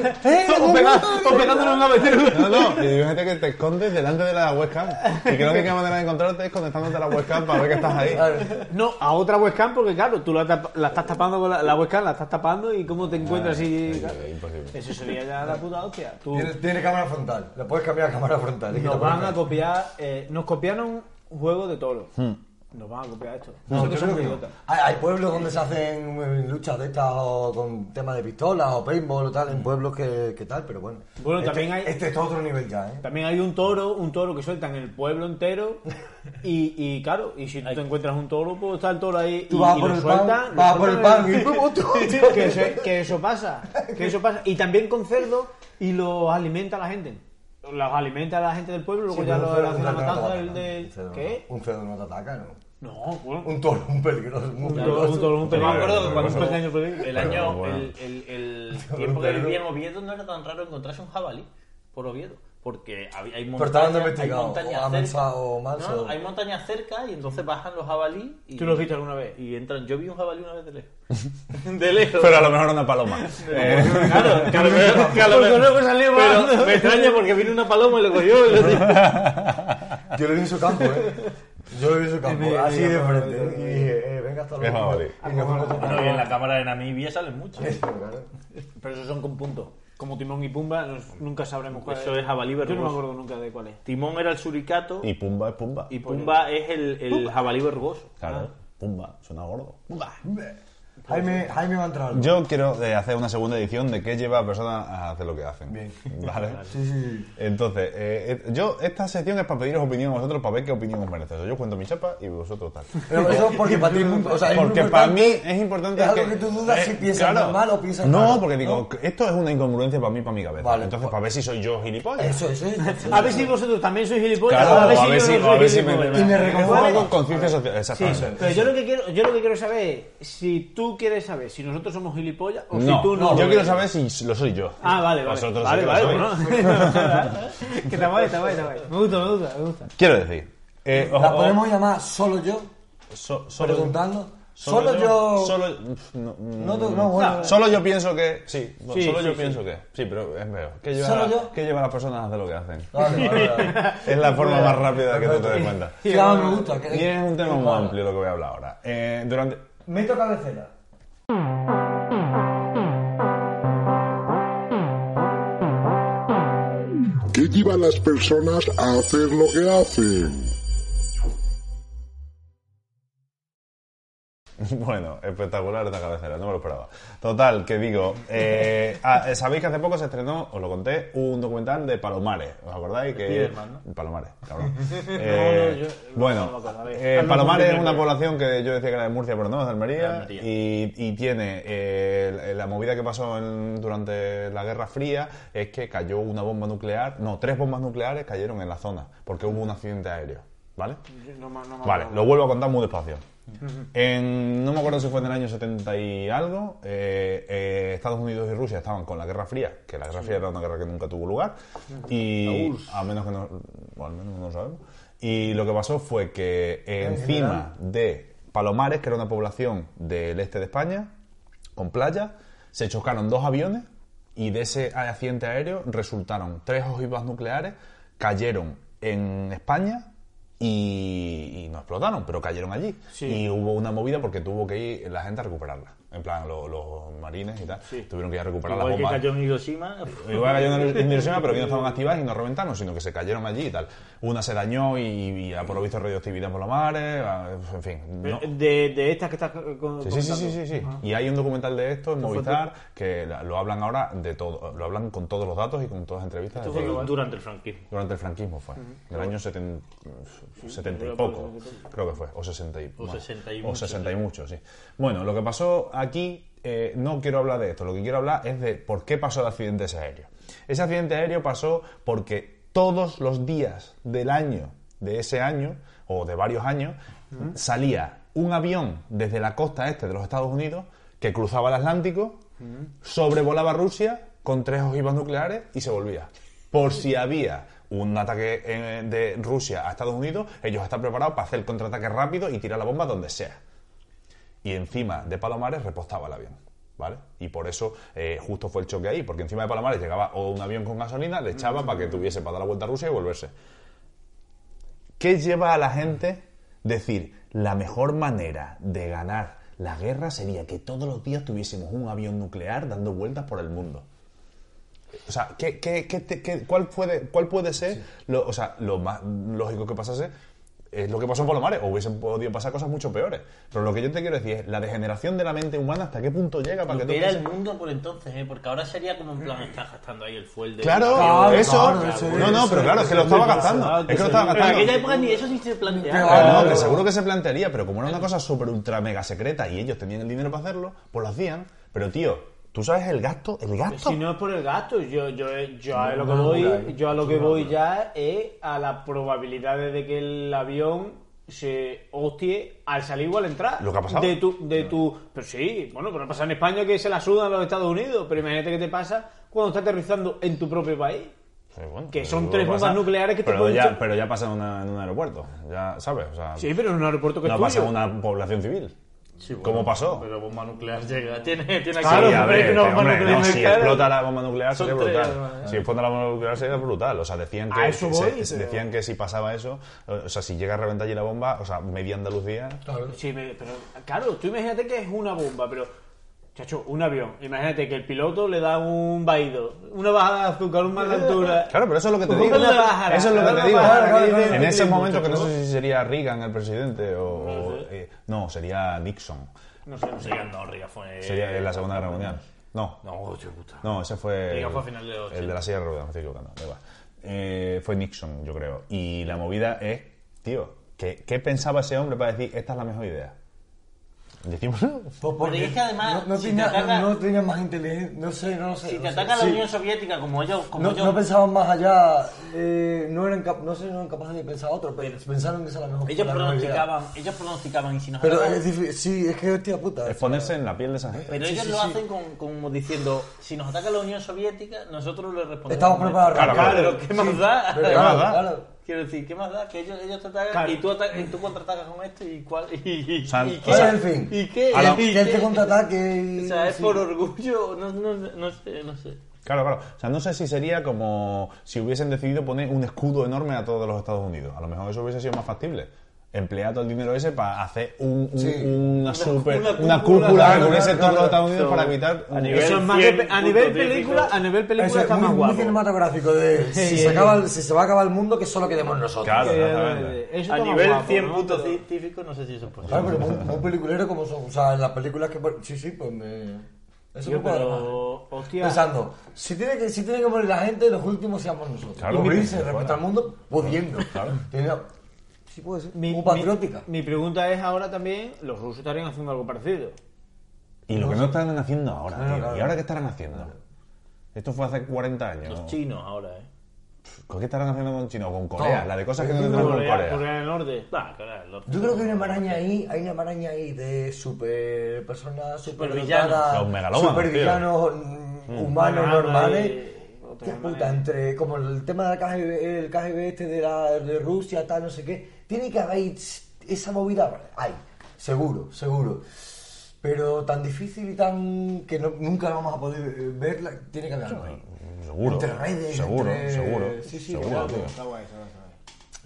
[SPEAKER 4] O pega- o pegándole un cabecero.
[SPEAKER 2] No, no, y imagínate que te escondes delante de la webcam. Y creo que la única manera de encontrarte es conectándote a la webcam para ver que estás ahí.
[SPEAKER 4] No, a otra webcam porque claro, tú la, tap- la estás tapando con la, la webcam, la estás tapando y cómo te encuentras
[SPEAKER 2] Sí,
[SPEAKER 4] y...
[SPEAKER 2] sí, imposible.
[SPEAKER 4] Eso sería ya la puta hostia. Tú,
[SPEAKER 3] Tiene, tiene cámara frontal, la puedes cambiar a cámara frontal. es que
[SPEAKER 4] nos
[SPEAKER 3] la
[SPEAKER 4] van
[SPEAKER 3] puedes-
[SPEAKER 4] a copiar... eh, nos copiaron un juego de toros. Nos van a copiar esto.
[SPEAKER 3] No,
[SPEAKER 4] Nosotros
[SPEAKER 3] yo creo
[SPEAKER 4] somos
[SPEAKER 3] que no.
[SPEAKER 4] idiotas.
[SPEAKER 3] Hay, hay pueblos donde se hacen eh, luchas de estas o con temas de pistolas o paintball o tal, en pueblos que, que tal, pero bueno.
[SPEAKER 4] Mm. Bueno,
[SPEAKER 3] Este-
[SPEAKER 4] también hay-
[SPEAKER 3] Este es todo otro nivel ya, ¿eh?
[SPEAKER 4] También hay un toro, un toro que sueltan en el pueblo entero y, y claro, y si tú te encuentras un toro, pues está el toro ahí y,
[SPEAKER 3] Tú vas
[SPEAKER 4] y
[SPEAKER 3] por
[SPEAKER 4] lo
[SPEAKER 3] el
[SPEAKER 4] sueltan.
[SPEAKER 3] pan,
[SPEAKER 4] lo
[SPEAKER 3] vas por el
[SPEAKER 4] sueltan [laughs]
[SPEAKER 3] pan y pum, tú.
[SPEAKER 4] que, eso, que eso pasa, que eso pasa. Y también con cerdos y los alimenta la gente. Los alimenta la gente del pueblo, luego
[SPEAKER 3] Sí,
[SPEAKER 4] ya
[SPEAKER 3] pero un
[SPEAKER 4] lo
[SPEAKER 3] cerdo-
[SPEAKER 4] hacen
[SPEAKER 3] un
[SPEAKER 4] la
[SPEAKER 3] cerdo no te
[SPEAKER 4] matanza
[SPEAKER 3] ataca,
[SPEAKER 4] del...
[SPEAKER 3] ¿no?
[SPEAKER 4] del-
[SPEAKER 3] Un cerdo no-
[SPEAKER 4] ¿Qué?
[SPEAKER 3] Un cerdo no te ataca, ¿no?
[SPEAKER 4] No, bueno,
[SPEAKER 3] Un toro, un peligroso.
[SPEAKER 4] un toro, un toro, un
[SPEAKER 1] Pero
[SPEAKER 4] peligro.
[SPEAKER 1] me acuerdo que cuando
[SPEAKER 4] Un pequeño peligro.
[SPEAKER 1] el año,
[SPEAKER 2] Pero bueno.
[SPEAKER 1] el, el- el tiempo que viví en Oviedo no era tan raro encontrarse un jabalí por Oviedo. Porque hab- hay montañas,
[SPEAKER 3] estaban
[SPEAKER 1] hay
[SPEAKER 3] domesticados,
[SPEAKER 1] montañas
[SPEAKER 3] o
[SPEAKER 1] cerca,
[SPEAKER 3] amansados, o mansos.
[SPEAKER 1] No, no, hay montañas cerca y entonces bajan los jabalí y,
[SPEAKER 4] ¿Tú lo has visto alguna vez?
[SPEAKER 1] y entran. Yo vi un jabalí una vez de lejos.
[SPEAKER 4] [laughs]
[SPEAKER 1] de lejos.
[SPEAKER 2] Pero a lo mejor una
[SPEAKER 1] [laughs]
[SPEAKER 2] paloma. Eh,
[SPEAKER 1] Claro, que a lo mejor- que a lo
[SPEAKER 4] Porque
[SPEAKER 1] mejor-
[SPEAKER 4] luego salió
[SPEAKER 1] pero
[SPEAKER 4] volando.
[SPEAKER 1] me extraña porque vino una paloma y lo cogió y lo tiró.
[SPEAKER 3] Yo lo vi en su campo, ¿eh? Yo lo vi en su campo,
[SPEAKER 4] medio,
[SPEAKER 3] así
[SPEAKER 4] medio,
[SPEAKER 3] de
[SPEAKER 4] medio,
[SPEAKER 3] frente.
[SPEAKER 4] medio,
[SPEAKER 3] Y dije, eh, venga hasta
[SPEAKER 2] Es
[SPEAKER 3] luego.
[SPEAKER 2] jabalí.
[SPEAKER 3] Y nos fuimos otro
[SPEAKER 1] Bueno, y en la
[SPEAKER 3] campo.
[SPEAKER 1] cámara de Namibia salen muchos.
[SPEAKER 4] Pero esos son con puntos. Como Timón y Pumba, nos- nunca sabremos cuál
[SPEAKER 1] Eso es jabalí
[SPEAKER 4] Yo no me
[SPEAKER 1] verrugoso.
[SPEAKER 4] acuerdo nunca de cuál es.
[SPEAKER 1] Timón era el suricato
[SPEAKER 2] y Pumba es Pumba.
[SPEAKER 1] Pues y Pumba es el, el jabalí vergoso.
[SPEAKER 2] Claro, Pumba, suena gordo. Pumba.
[SPEAKER 3] Jaime, Jaime va a entrar. algo.
[SPEAKER 2] Yo quiero eh, hacer una segunda edición de qué lleva a personas a hacer lo que hacen.
[SPEAKER 3] Bien.
[SPEAKER 2] [laughs] ¿Vale?
[SPEAKER 3] Sí, sí, sí.
[SPEAKER 2] Entonces, eh, eh, yo, esta sección es para pediros opinión a vosotros, para ver qué opinión os merece. O sea, yo cuento mi chapa y vosotros
[SPEAKER 3] [laughs]
[SPEAKER 2] tal.
[SPEAKER 3] Pero eso porque para ti es muy- o sea, es muy
[SPEAKER 2] porque para mí
[SPEAKER 3] importante.
[SPEAKER 2] es importante. Eh,
[SPEAKER 3] Es algo que tú dudas si piensas normal o piensas
[SPEAKER 2] No,
[SPEAKER 3] raro,
[SPEAKER 2] porque digo, esto es una incongruencia para mí, para mi cabeza.
[SPEAKER 3] Vale,
[SPEAKER 2] Entonces,
[SPEAKER 3] pues-
[SPEAKER 2] para ver si soy yo gilipollas.
[SPEAKER 3] Eso, eso es.
[SPEAKER 4] A ver si vosotros también sois gilipollas.
[SPEAKER 2] Claro,
[SPEAKER 4] a ver si, yo no
[SPEAKER 2] o
[SPEAKER 4] soy
[SPEAKER 2] a ver si me,
[SPEAKER 4] gilipollas.
[SPEAKER 3] Y me
[SPEAKER 2] Es un
[SPEAKER 3] reconozco.
[SPEAKER 2] poco con conciencia social.
[SPEAKER 4] Sí,
[SPEAKER 2] Exactamente.
[SPEAKER 4] pero yo lo que quiero, yo lo que quiero saber es si tú quieres saber si nosotros somos gilipollas o
[SPEAKER 2] No,
[SPEAKER 4] si tú no.
[SPEAKER 2] yo quiero saber si lo soy yo.
[SPEAKER 4] Ah, vale, vale.
[SPEAKER 2] Vosotros
[SPEAKER 4] vale,
[SPEAKER 2] sí que
[SPEAKER 4] vale,
[SPEAKER 2] lo
[SPEAKER 3] pues
[SPEAKER 2] sois.
[SPEAKER 4] bueno. [laughs] que te guay, te guay, te guay. Me gusta, me gusta, me gusta.
[SPEAKER 2] Quiero decir, eh, os-
[SPEAKER 3] La podemos llamar solo yo,
[SPEAKER 2] so- solo-
[SPEAKER 3] preguntando. Solo yo.
[SPEAKER 2] Solo, no,
[SPEAKER 3] No, no, no, bueno.
[SPEAKER 4] Nah,
[SPEAKER 2] solo yo pienso que. Sí, bueno,
[SPEAKER 4] Sí,
[SPEAKER 2] solo
[SPEAKER 4] sí,
[SPEAKER 2] yo
[SPEAKER 4] sí.
[SPEAKER 2] pienso que. Sí, pero es peor. ¿Qué
[SPEAKER 3] ¿Solo
[SPEAKER 2] lleva,
[SPEAKER 3] yo?
[SPEAKER 2] ¿Qué lleva a las personas a hacer lo que hacen?
[SPEAKER 3] [laughs] Vale, vale,
[SPEAKER 2] [laughs]
[SPEAKER 3] vale.
[SPEAKER 2] Es la forma más rápida de que tú te
[SPEAKER 3] [laughs]
[SPEAKER 2] des cuenta.
[SPEAKER 3] Sí, vamos, me gusta. que-
[SPEAKER 2] Y es un tema muy amplio lo que voy a hablar ahora. Eh, durante.
[SPEAKER 3] Meto cabecera.
[SPEAKER 5] ¿Qué lleva a las personas a hacer lo que hacen?
[SPEAKER 2] [laughs] Bueno, espectacular esta cabecera, no me lo esperaba. Total, que digo, eh, ah, sabéis que hace poco se estrenó, os lo conté, un documental de Palomares, ¿os acordáis? Que
[SPEAKER 1] Spiderman,
[SPEAKER 2] Palomares, cabrón. Eh,
[SPEAKER 4] no, yo-
[SPEAKER 2] bueno,
[SPEAKER 4] no me acuerdo, a ver.
[SPEAKER 2] eh,
[SPEAKER 4] Hazme un poquito
[SPEAKER 2] Palomares es
[SPEAKER 4] de
[SPEAKER 2] una
[SPEAKER 4] memoria.
[SPEAKER 2] población que yo decía que era de Murcia, pero no, es de Almería,
[SPEAKER 1] De Almería.
[SPEAKER 2] Y, y tiene eh, la movida que pasó en- durante la Guerra Fría es que cayó una bomba nuclear, no, tres bombas nucleares cayeron en la zona, porque hubo un accidente aéreo, ¿vale?
[SPEAKER 4] No, no, no, no.
[SPEAKER 2] Vale, lo vuelvo a contar muy despacio. En- no me acuerdo si fue en el año 70 y algo, eh, eh, Estados Unidos y Rusia estaban con la Guerra Fría, que la Guerra Fría era una guerra que nunca tuvo lugar, y a menos que no, o al menos no lo sabemos. Y lo que pasó fue que encima de Palomares, que era una población del este de España, con playa, se chocaron dos aviones y de ese accidente aéreo resultaron tres ojivas nucleares, cayeron en España y, y no explotaron, pero cayeron allí. Y hubo una movida porque tuvo que ir la gente a recuperarla. En plan, lo- los marines y tal tuvieron que ir a recuperar
[SPEAKER 1] Igual
[SPEAKER 2] las
[SPEAKER 1] que
[SPEAKER 2] bombas.
[SPEAKER 1] cayó en Hiroshima. pues,
[SPEAKER 2] Igual cayeron
[SPEAKER 1] [laughs]
[SPEAKER 2] en Hiroshima, pero que no estaban activadas y no reventaron, sino que se cayeron allí y tal. Una se dañó y, y por lo visto radioactividad por los mares, ah, en fin. no-
[SPEAKER 4] De, de estas que estás eh, con-
[SPEAKER 2] Sí, sí, sí, sí, sí, sí. Y hay un documental de esto en
[SPEAKER 4] fue
[SPEAKER 2] Movistar que la- lo hablan ahora de todo, lo hablan con todos los datos y con todas las entrevistas. de todo.
[SPEAKER 1] durante el franquismo.
[SPEAKER 2] Durante el franquismo fue, del año 70, 70 y poco, creo que fue, o 60 y,
[SPEAKER 1] O 60 y
[SPEAKER 2] o
[SPEAKER 1] mucho,
[SPEAKER 2] 60 y mucho, sí. Bueno, lo que pasó aquí, eh, no quiero hablar de esto, lo que quiero hablar es de por qué pasó el accidente ese aéreo. Ese accidente aéreo pasó porque todos los días del año, de ese año, o de varios años, salía un avión desde la costa este de los Estados Unidos que cruzaba el Atlántico, sobrevolaba Rusia con tres ojivas nucleares y se volvía. Por si había un ataque eh, de Rusia a Estados Unidos, ellos están preparados para hacer el contraataque rápido y tirar la bomba donde sea y encima de Palomares repostaba el avión. ¿Vale? Y por eso eh, justo fue el choque ahí, porque encima de Palomares llegaba o un avión con gasolina, le echaba para que tuviese para dar la vuelta a Rusia y volverse. ¿Qué lleva a la gente decir la mejor manera de ganar la guerra sería que todos los días tuviésemos un avión nuclear dando vueltas por el mundo? O sea, ¿qué, qué- qué te- qué- cuál, puede, ¿cuál puede ser lo, o sea, lo más lógico que pasase? Es lo que pasó en Palomares, o hubiesen podido pasar cosas mucho peores. Pero lo que yo te quiero decir es la degeneración de la mente humana, ¿hasta qué punto llega para que tú
[SPEAKER 1] Era el
[SPEAKER 2] pienses-
[SPEAKER 1] mundo por entonces, ¿eh? porque ahora sería como en plan, estás gastando ahí el fuel de...
[SPEAKER 2] Claro,
[SPEAKER 3] Claro,
[SPEAKER 2] eso.
[SPEAKER 3] claro, eso es,
[SPEAKER 2] no, no,
[SPEAKER 3] eso
[SPEAKER 2] pero claro,
[SPEAKER 3] es,
[SPEAKER 2] es que lo estaba gastando.
[SPEAKER 4] Ah,
[SPEAKER 2] Es que lo estaba
[SPEAKER 4] En
[SPEAKER 2] gastando.
[SPEAKER 4] aquella época ni eso ni se planteaba.
[SPEAKER 3] Claro,
[SPEAKER 2] Ah, no,
[SPEAKER 3] claro.
[SPEAKER 2] que seguro que se plantearía, pero como era una cosa súper ultra mega secreta y ellos tenían el dinero para hacerlo, pues lo hacían. Pero tío, tú sabes el gasto, el gasto.
[SPEAKER 4] Si no es por el gasto, yo, yo, yo a lo que
[SPEAKER 3] No,
[SPEAKER 4] voy,
[SPEAKER 3] claro.
[SPEAKER 4] yo a lo que voy ya es a las probabilidades de que el avión se hostie al salir o al entrar.
[SPEAKER 2] Lo que ha pasado.
[SPEAKER 4] De tu, de tu, pero sí, bueno, pero pasa en España que se la sudan a los Estados Unidos, pero imagínate que te pasa cuando estás aterrizando en tu propio país.
[SPEAKER 2] Sí, bueno,
[SPEAKER 4] Que
[SPEAKER 2] pero
[SPEAKER 4] son
[SPEAKER 2] lo
[SPEAKER 4] tres bombas
[SPEAKER 2] pasa-
[SPEAKER 4] nucleares que te
[SPEAKER 2] pero
[SPEAKER 4] pueden
[SPEAKER 2] ya,
[SPEAKER 4] echar-
[SPEAKER 2] pero ya pasa en, una- en un aeropuerto, ya sabes, o sea,
[SPEAKER 4] Sí, pero en un aeropuerto que
[SPEAKER 2] no
[SPEAKER 4] es
[SPEAKER 2] pasa en
[SPEAKER 4] tuyo.
[SPEAKER 2] una población civil.
[SPEAKER 1] Sí, bueno,
[SPEAKER 2] ¿Cómo pasó?
[SPEAKER 1] Pero bomba nuclear llega, tiene, tiene
[SPEAKER 4] Claro,
[SPEAKER 2] Sí, a
[SPEAKER 4] hombre,
[SPEAKER 2] ver,
[SPEAKER 4] que no,
[SPEAKER 2] hombre,
[SPEAKER 4] bomba nuclear
[SPEAKER 2] no, si
[SPEAKER 4] nuclear-
[SPEAKER 2] explota la bomba nuclear
[SPEAKER 1] Son
[SPEAKER 2] sería
[SPEAKER 1] tres,
[SPEAKER 2] brutal.
[SPEAKER 1] además,
[SPEAKER 2] Si explota la bomba nuclear sería brutal. O sea, decían que,
[SPEAKER 4] A eso
[SPEAKER 2] se-
[SPEAKER 4] voy,
[SPEAKER 2] se-
[SPEAKER 4] pero-
[SPEAKER 2] decían que si pasaba eso, o sea, si llega a reventar allí la bomba, o sea, media Andalucía.
[SPEAKER 3] Pues
[SPEAKER 4] Sí, me- pero claro, tú imagínate que es una bomba, pero chacho, un avión. Imagínate que el piloto le da un vaído, una bajada de azúcar, una mala altura.
[SPEAKER 1] [laughs]
[SPEAKER 2] Claro, pero eso es lo que te
[SPEAKER 4] Una
[SPEAKER 2] digo.
[SPEAKER 4] pájara,
[SPEAKER 2] Eso es lo que
[SPEAKER 4] una
[SPEAKER 2] te digo.
[SPEAKER 4] pájara
[SPEAKER 3] que dice-
[SPEAKER 2] En ese
[SPEAKER 4] dice
[SPEAKER 2] momento, que no
[SPEAKER 4] mucho,
[SPEAKER 2] sé si sería Reagan el presidente o. o, eh, no, sería Nixon.
[SPEAKER 4] No sé, no sé.
[SPEAKER 1] Reagan no, Reagan fue.
[SPEAKER 2] Sería en la Segunda Guerra Mundial. No,
[SPEAKER 1] No, hostia puta.
[SPEAKER 2] no, ese fue.
[SPEAKER 1] Reagan
[SPEAKER 2] el-
[SPEAKER 1] fue a finales de los
[SPEAKER 2] El de la silla de ruedas, me estoy equivocando. da igual. Eh, fue Nixon, yo creo. Y la movida es, tío, ¿qué, qué pensaba ese hombre para decir esta es la mejor idea? Decimos,
[SPEAKER 3] Pues
[SPEAKER 1] Porque es que además,
[SPEAKER 3] no, no
[SPEAKER 1] si te
[SPEAKER 3] tenía,
[SPEAKER 1] ataca-
[SPEAKER 3] no, no tenía más inteligencia, no sé, no lo sé.
[SPEAKER 1] Si te
[SPEAKER 3] no sé.
[SPEAKER 1] ataca la
[SPEAKER 3] Sí.
[SPEAKER 1] Unión Soviética como ellos, como
[SPEAKER 3] No,
[SPEAKER 1] yo-
[SPEAKER 3] no pensaban más allá, eh, no eran cap- no sé, no eran capaces de pensar otro, pero pensaron que esa era la mejor.
[SPEAKER 1] ellos
[SPEAKER 3] la mejor idea.
[SPEAKER 1] pronosticaban, ellos pronosticaban y si nos
[SPEAKER 3] Pero
[SPEAKER 1] atacan-
[SPEAKER 3] es difícil, sí, es que hostia puta.
[SPEAKER 2] es [laughs] ponerse en la piel de esa gente.
[SPEAKER 1] Pero
[SPEAKER 3] Sí,
[SPEAKER 1] ellos
[SPEAKER 3] sí,
[SPEAKER 1] lo
[SPEAKER 3] sí.
[SPEAKER 1] hacen con, como diciendo, si nos ataca la Unión Soviética, nosotros le respondemos.
[SPEAKER 3] Estamos preparados.
[SPEAKER 1] Claro,
[SPEAKER 2] Claro,
[SPEAKER 1] ¿qué más da?
[SPEAKER 3] Pero
[SPEAKER 2] más
[SPEAKER 3] claro,
[SPEAKER 2] da?
[SPEAKER 3] claro.
[SPEAKER 1] Quiero decir, ¿qué más da? Que ellos, ellos te atacan
[SPEAKER 4] Claro.
[SPEAKER 1] y, tú ata- y tú contraatacas con esto y cuál... Y, y-
[SPEAKER 2] sea,
[SPEAKER 1] y
[SPEAKER 2] o
[SPEAKER 1] qué,
[SPEAKER 3] sea, el fin.
[SPEAKER 1] ¿Y qué?
[SPEAKER 2] A la-
[SPEAKER 1] ¿Y
[SPEAKER 3] Que él te
[SPEAKER 1] qué?
[SPEAKER 3] contraataque y...
[SPEAKER 1] O sea, es
[SPEAKER 3] sí.
[SPEAKER 1] por orgullo, no, no, no sé, no sé.
[SPEAKER 2] Claro, claro. O sea, no sé si sería como si hubiesen decidido poner un escudo enorme a todos los Estados Unidos. A lo mejor eso hubiese sido más factible. Emplear todo el dinero ese para hacer un- un-
[SPEAKER 3] Sí.
[SPEAKER 2] una super,
[SPEAKER 1] una
[SPEAKER 2] una,
[SPEAKER 1] cúpula,
[SPEAKER 2] cúpula que
[SPEAKER 3] claro,
[SPEAKER 2] cubriese todos los
[SPEAKER 3] claro, claro.
[SPEAKER 2] Estados Unidos
[SPEAKER 1] So,
[SPEAKER 2] para evitar
[SPEAKER 1] a
[SPEAKER 2] un-
[SPEAKER 1] nivel-
[SPEAKER 4] Eso es más que,
[SPEAKER 1] 100
[SPEAKER 4] a nivel
[SPEAKER 1] puntos
[SPEAKER 4] película,
[SPEAKER 1] típicos.
[SPEAKER 4] a nivel
[SPEAKER 3] Eso
[SPEAKER 4] película
[SPEAKER 3] es
[SPEAKER 4] está
[SPEAKER 3] muy,
[SPEAKER 4] más
[SPEAKER 3] muy
[SPEAKER 4] guapo.
[SPEAKER 3] cinematográfico de si, se acaba el- si se va a acabar el mundo que solo quedemos nosotros.
[SPEAKER 2] Claro,
[SPEAKER 4] Eh,
[SPEAKER 2] exactamente.
[SPEAKER 4] eso
[SPEAKER 1] A
[SPEAKER 4] está más
[SPEAKER 1] nivel
[SPEAKER 4] guapo,
[SPEAKER 1] 100
[SPEAKER 4] ¿no?
[SPEAKER 1] puntos
[SPEAKER 4] Pero-
[SPEAKER 1] científicos, no sé si eso es posible.
[SPEAKER 3] Claro, pero muy, muy peliculero como son. O sea, en las películas que... Sí, sí, pues me... Eso
[SPEAKER 4] Tío,
[SPEAKER 3] me cuadra más.
[SPEAKER 4] pero, hostia,
[SPEAKER 3] Pensando, si tiene, que, si tiene que morir la gente, los últimos seamos nosotros.
[SPEAKER 2] Claro,
[SPEAKER 3] y morirse,
[SPEAKER 2] claro.
[SPEAKER 3] respetar al mundo, pudiendo. Tiene- sí puede ser.
[SPEAKER 4] mi,
[SPEAKER 3] Muy
[SPEAKER 4] mi-
[SPEAKER 3] patriótica.
[SPEAKER 4] mi pregunta es ahora también, los rusos estarían haciendo algo parecido.
[SPEAKER 2] Y lo que no están haciendo ahora,
[SPEAKER 3] Claro,
[SPEAKER 2] tío.
[SPEAKER 3] claro.
[SPEAKER 2] ¿Y ahora qué estarán haciendo? Esto fue hace 40 años.
[SPEAKER 1] Los chinos ahora, ¿eh?
[SPEAKER 2] ¿Con qué estarán haciendo con China? O con Corea.
[SPEAKER 3] No.
[SPEAKER 2] La de cosas que no tendrán con
[SPEAKER 4] Corea,
[SPEAKER 2] Corea.
[SPEAKER 4] Corea del Norte.
[SPEAKER 1] Bah, claro, los-
[SPEAKER 3] Yo creo que hay una maraña ahí, hay una maraña ahí de super personas, super
[SPEAKER 1] Supervillanos.
[SPEAKER 3] dotadas,
[SPEAKER 2] Los megalómanos,
[SPEAKER 3] supervillanos, mm, humanos
[SPEAKER 4] Megalómanos
[SPEAKER 3] normales.
[SPEAKER 2] eh,
[SPEAKER 4] y- otra
[SPEAKER 3] Hostia
[SPEAKER 4] manera.
[SPEAKER 3] puta, entre como el tema del KGB, el KGB este de, la, de Rusia, tal, no sé qué, tiene que haber ahí tss, esa movida, hay, seguro, seguro. Pero tan difícil y tan que no- nunca vamos a poder eh, verla, tiene que haber algo ahí.
[SPEAKER 2] Seguro.
[SPEAKER 3] Entre redes,
[SPEAKER 2] Seguro,
[SPEAKER 3] entre-
[SPEAKER 2] seguro.
[SPEAKER 3] Sí, sí,
[SPEAKER 2] seguro,
[SPEAKER 3] claro.
[SPEAKER 2] tío.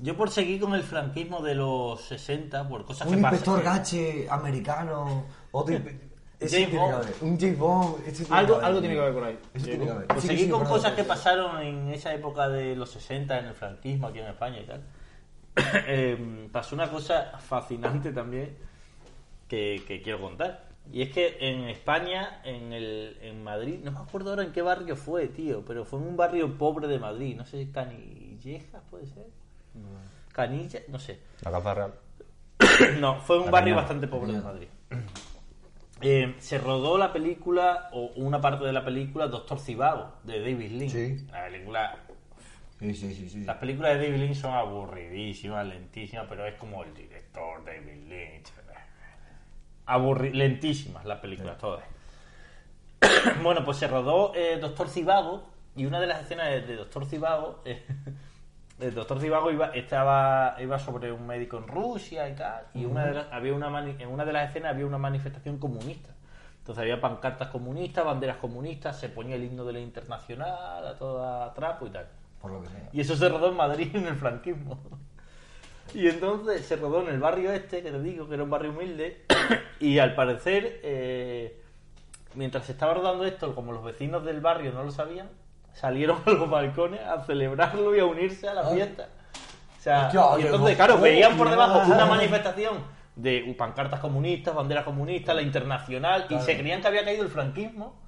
[SPEAKER 1] Yo por seguir con el franquismo de los 60, por cosas
[SPEAKER 3] Un
[SPEAKER 1] que pasan.
[SPEAKER 3] inspector gache americano, otro inpe- ese
[SPEAKER 1] James
[SPEAKER 3] tiene que
[SPEAKER 1] Bond.
[SPEAKER 3] haber. Un James Bond. este tiene
[SPEAKER 4] Algo,
[SPEAKER 3] haber.
[SPEAKER 4] algo tiene que ver con ahí.
[SPEAKER 3] Ese tiene que haber.
[SPEAKER 1] Por
[SPEAKER 3] Sí,
[SPEAKER 1] seguir
[SPEAKER 3] sí,
[SPEAKER 1] Pues con
[SPEAKER 3] perdón,
[SPEAKER 1] cosas que
[SPEAKER 3] perdón.
[SPEAKER 1] pasaron en esa época de los 60, en el franquismo, aquí en España y tal, [coughs] eh, pasó una cosa fascinante también que, que quiero contar. Y es que en España, en, el, en Madrid, no me acuerdo ahora en qué barrio fue, tío, pero fue en un barrio pobre de Madrid, no sé, Canillejas puede ser. Canilla, no sé.
[SPEAKER 2] La calza real.
[SPEAKER 1] [coughs] No, fue un
[SPEAKER 2] La
[SPEAKER 1] barrio
[SPEAKER 2] Cañada.
[SPEAKER 1] bastante pobre de Madrid. [coughs] Eh, se rodó la película, o una parte de la película, Doctor Cibago, de David Lynch.
[SPEAKER 3] Sí.
[SPEAKER 1] La película,
[SPEAKER 3] Sí, sí, sí. sí.
[SPEAKER 1] las películas de David Lynch son aburridísimas, lentísimas, pero es como el director David Lynch. Aburri- lentísimas las películas, todas. [coughs] bueno, pues se rodó eh, Doctor Cibago, y una de las escenas de, de Doctor Cibago. eh, [laughs] el doctor Zivago iba, estaba, iba sobre un médico en Rusia y tal, y una de las- había una mani- en una de las escenas había una manifestación comunista. Entonces había pancartas comunistas, banderas comunistas, se ponía el himno de la internacional a toda trapo y tal.
[SPEAKER 3] Por lo que sea.
[SPEAKER 1] Y eso se rodó en Madrid en el franquismo. Y entonces se rodó en el barrio este, que te digo que era un barrio humilde, y al parecer, eh, mientras se estaba rodando esto, como los vecinos del barrio no lo sabían, salieron a los balcones a celebrarlo y a unirse a la fiesta. O sea,
[SPEAKER 3] Hostia,
[SPEAKER 1] y
[SPEAKER 3] oye,
[SPEAKER 1] entonces,
[SPEAKER 3] no,
[SPEAKER 1] claro,
[SPEAKER 3] no,
[SPEAKER 1] veían por debajo
[SPEAKER 3] no.
[SPEAKER 1] una manifestación de pancartas comunistas, banderas comunistas, la internacional, y se creían que había caído el franquismo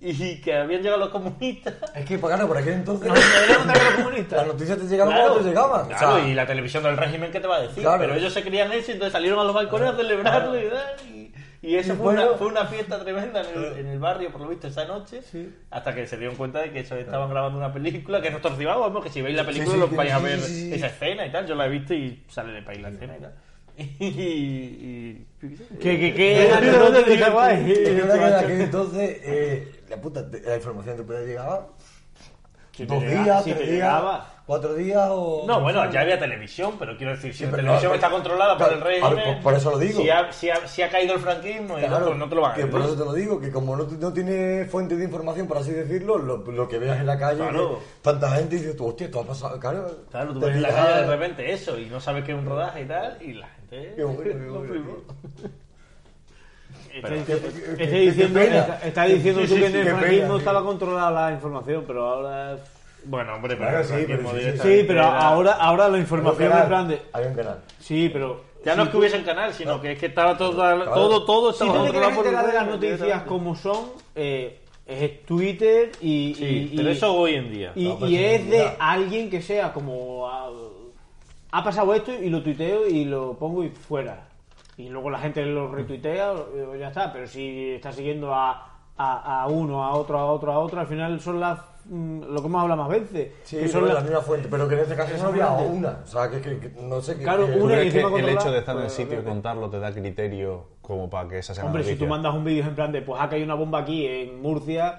[SPEAKER 1] y que habían llegado los comunistas.
[SPEAKER 3] Es que, claro, por aquel entonces.
[SPEAKER 1] Era una guerra comunista.
[SPEAKER 3] Las noticias te llegaban cuando te llegaban.
[SPEAKER 1] Claro,
[SPEAKER 3] o sea,
[SPEAKER 1] y la televisión del régimen, ¿qué te va a decir?
[SPEAKER 3] Claro.
[SPEAKER 1] Pero ellos se creían eso y entonces salieron a los balcones a celebrarlo y tal, y, y eso
[SPEAKER 3] Y
[SPEAKER 1] fue, una,
[SPEAKER 3] bueno.
[SPEAKER 1] fue una fiesta tremenda en el, en el barrio, por lo visto, esa noche, hasta que se dieron cuenta de que eso estaban grabando una película, que es Doctor Zivago, vamos, que si veis la película
[SPEAKER 3] sí,
[SPEAKER 1] los
[SPEAKER 3] que-
[SPEAKER 1] vais a
[SPEAKER 3] sí,
[SPEAKER 1] ver
[SPEAKER 3] sí, sí, sí.
[SPEAKER 1] esa escena y tal, yo la he visto y sale en el país la escena y tal. Y, y- y-
[SPEAKER 4] Que, que, que, anecdótica guay.
[SPEAKER 3] es verdad que en aquel entonces. eh, la puta, te- la información te puede llegar.
[SPEAKER 4] Si te
[SPEAKER 3] dos
[SPEAKER 4] llega-
[SPEAKER 3] días,
[SPEAKER 4] si
[SPEAKER 3] tres
[SPEAKER 4] te
[SPEAKER 3] días.
[SPEAKER 4] llegaba.
[SPEAKER 3] Cuatro días o.
[SPEAKER 1] No, bueno, ya había televisión, pero quiero decir, si
[SPEAKER 3] Sí,
[SPEAKER 1] la
[SPEAKER 3] pero
[SPEAKER 1] televisión
[SPEAKER 3] no,
[SPEAKER 1] está
[SPEAKER 3] pero-
[SPEAKER 1] controlada por
[SPEAKER 3] claro,
[SPEAKER 1] el régimen...
[SPEAKER 3] por- por eso lo digo.
[SPEAKER 1] Si ha, si ha- si ha caído el franquismo y el
[SPEAKER 3] Claro,
[SPEAKER 1] otro no te lo van a
[SPEAKER 3] que por
[SPEAKER 1] creer.
[SPEAKER 3] eso te lo digo, que como no, no tiene fuente de información, por así decirlo, lo, lo que veas en la calle,
[SPEAKER 1] Claro.
[SPEAKER 3] que tanta gente dice, tú, hostia, esto ha pasado, claro.
[SPEAKER 1] Claro, tú
[SPEAKER 3] te
[SPEAKER 1] ves en la
[SPEAKER 3] fijas,
[SPEAKER 1] calle de repente eso y no sabes que es un rodaje y tal, y la gente.
[SPEAKER 3] [laughs] Qué bueno, qué
[SPEAKER 1] [laughs] lo
[SPEAKER 3] bueno,
[SPEAKER 1] flipó.
[SPEAKER 4] Está
[SPEAKER 1] Pero-
[SPEAKER 4] diciendo-
[SPEAKER 3] qué-
[SPEAKER 4] está
[SPEAKER 3] qué
[SPEAKER 4] diciendo,
[SPEAKER 3] pena.
[SPEAKER 4] está, está diciendo
[SPEAKER 3] Sí,
[SPEAKER 4] tú
[SPEAKER 3] sí,
[SPEAKER 4] que
[SPEAKER 3] sí,
[SPEAKER 4] en el
[SPEAKER 3] qué
[SPEAKER 4] franquismo
[SPEAKER 3] pena.
[SPEAKER 4] estaba controlada la información, pero ahora...
[SPEAKER 1] bueno, hombre, pero
[SPEAKER 3] Claro,
[SPEAKER 1] el
[SPEAKER 3] sí,
[SPEAKER 1] franquismo
[SPEAKER 3] pero sí, sí,
[SPEAKER 1] directamente
[SPEAKER 4] Sí, pero
[SPEAKER 1] era-
[SPEAKER 4] ahora, ahora la
[SPEAKER 3] Hay un
[SPEAKER 4] información es
[SPEAKER 3] canal,
[SPEAKER 4] grande.
[SPEAKER 3] hay un canal.
[SPEAKER 4] Sí, pero
[SPEAKER 1] Ya no es que hubiese un canal, sino que es que estaba todo, todo, todo
[SPEAKER 4] Si
[SPEAKER 1] estaba
[SPEAKER 4] tú te
[SPEAKER 1] controlado
[SPEAKER 4] quieres
[SPEAKER 1] por
[SPEAKER 4] enterar de las
[SPEAKER 1] Google,
[SPEAKER 4] noticias
[SPEAKER 1] directamente.
[SPEAKER 4] como son, eh, es Twitter y.
[SPEAKER 1] Sí,
[SPEAKER 4] y-
[SPEAKER 1] pero
[SPEAKER 4] y-
[SPEAKER 1] eso hoy en día.
[SPEAKER 4] Y,
[SPEAKER 3] No, pues
[SPEAKER 4] y
[SPEAKER 3] sí,
[SPEAKER 4] es de
[SPEAKER 3] ya.
[SPEAKER 4] alguien que sea como. ah, Ha, pasado esto y lo tuiteo y lo pongo y fuera. Y luego la gente lo retuitea o ya está. Pero si está siguiendo a, a, a uno, a otro, a otro, a otro, al final son las. mm, Lo que hemos hablado más veces.
[SPEAKER 3] Sí,
[SPEAKER 4] que
[SPEAKER 3] pero
[SPEAKER 4] son
[SPEAKER 3] la,
[SPEAKER 4] las-
[SPEAKER 3] misma fuente, pero que en este caso
[SPEAKER 4] Es
[SPEAKER 3] solo había
[SPEAKER 4] fuente.
[SPEAKER 3] una. O sea, que, que- que no sé qué.
[SPEAKER 4] Claro,
[SPEAKER 3] que-
[SPEAKER 2] ¿Tú
[SPEAKER 4] una-
[SPEAKER 2] crees
[SPEAKER 4] encima
[SPEAKER 2] que el
[SPEAKER 4] controlar-
[SPEAKER 2] hecho de estar en el
[SPEAKER 4] Pues,
[SPEAKER 2] sitio y
[SPEAKER 4] vete.
[SPEAKER 2] contarlo te da criterio como para que esa sea la
[SPEAKER 4] Hombre, si tú
[SPEAKER 2] noticia?
[SPEAKER 4] mandas un vídeo en plan de, pues acá hay una bomba aquí en Murcia,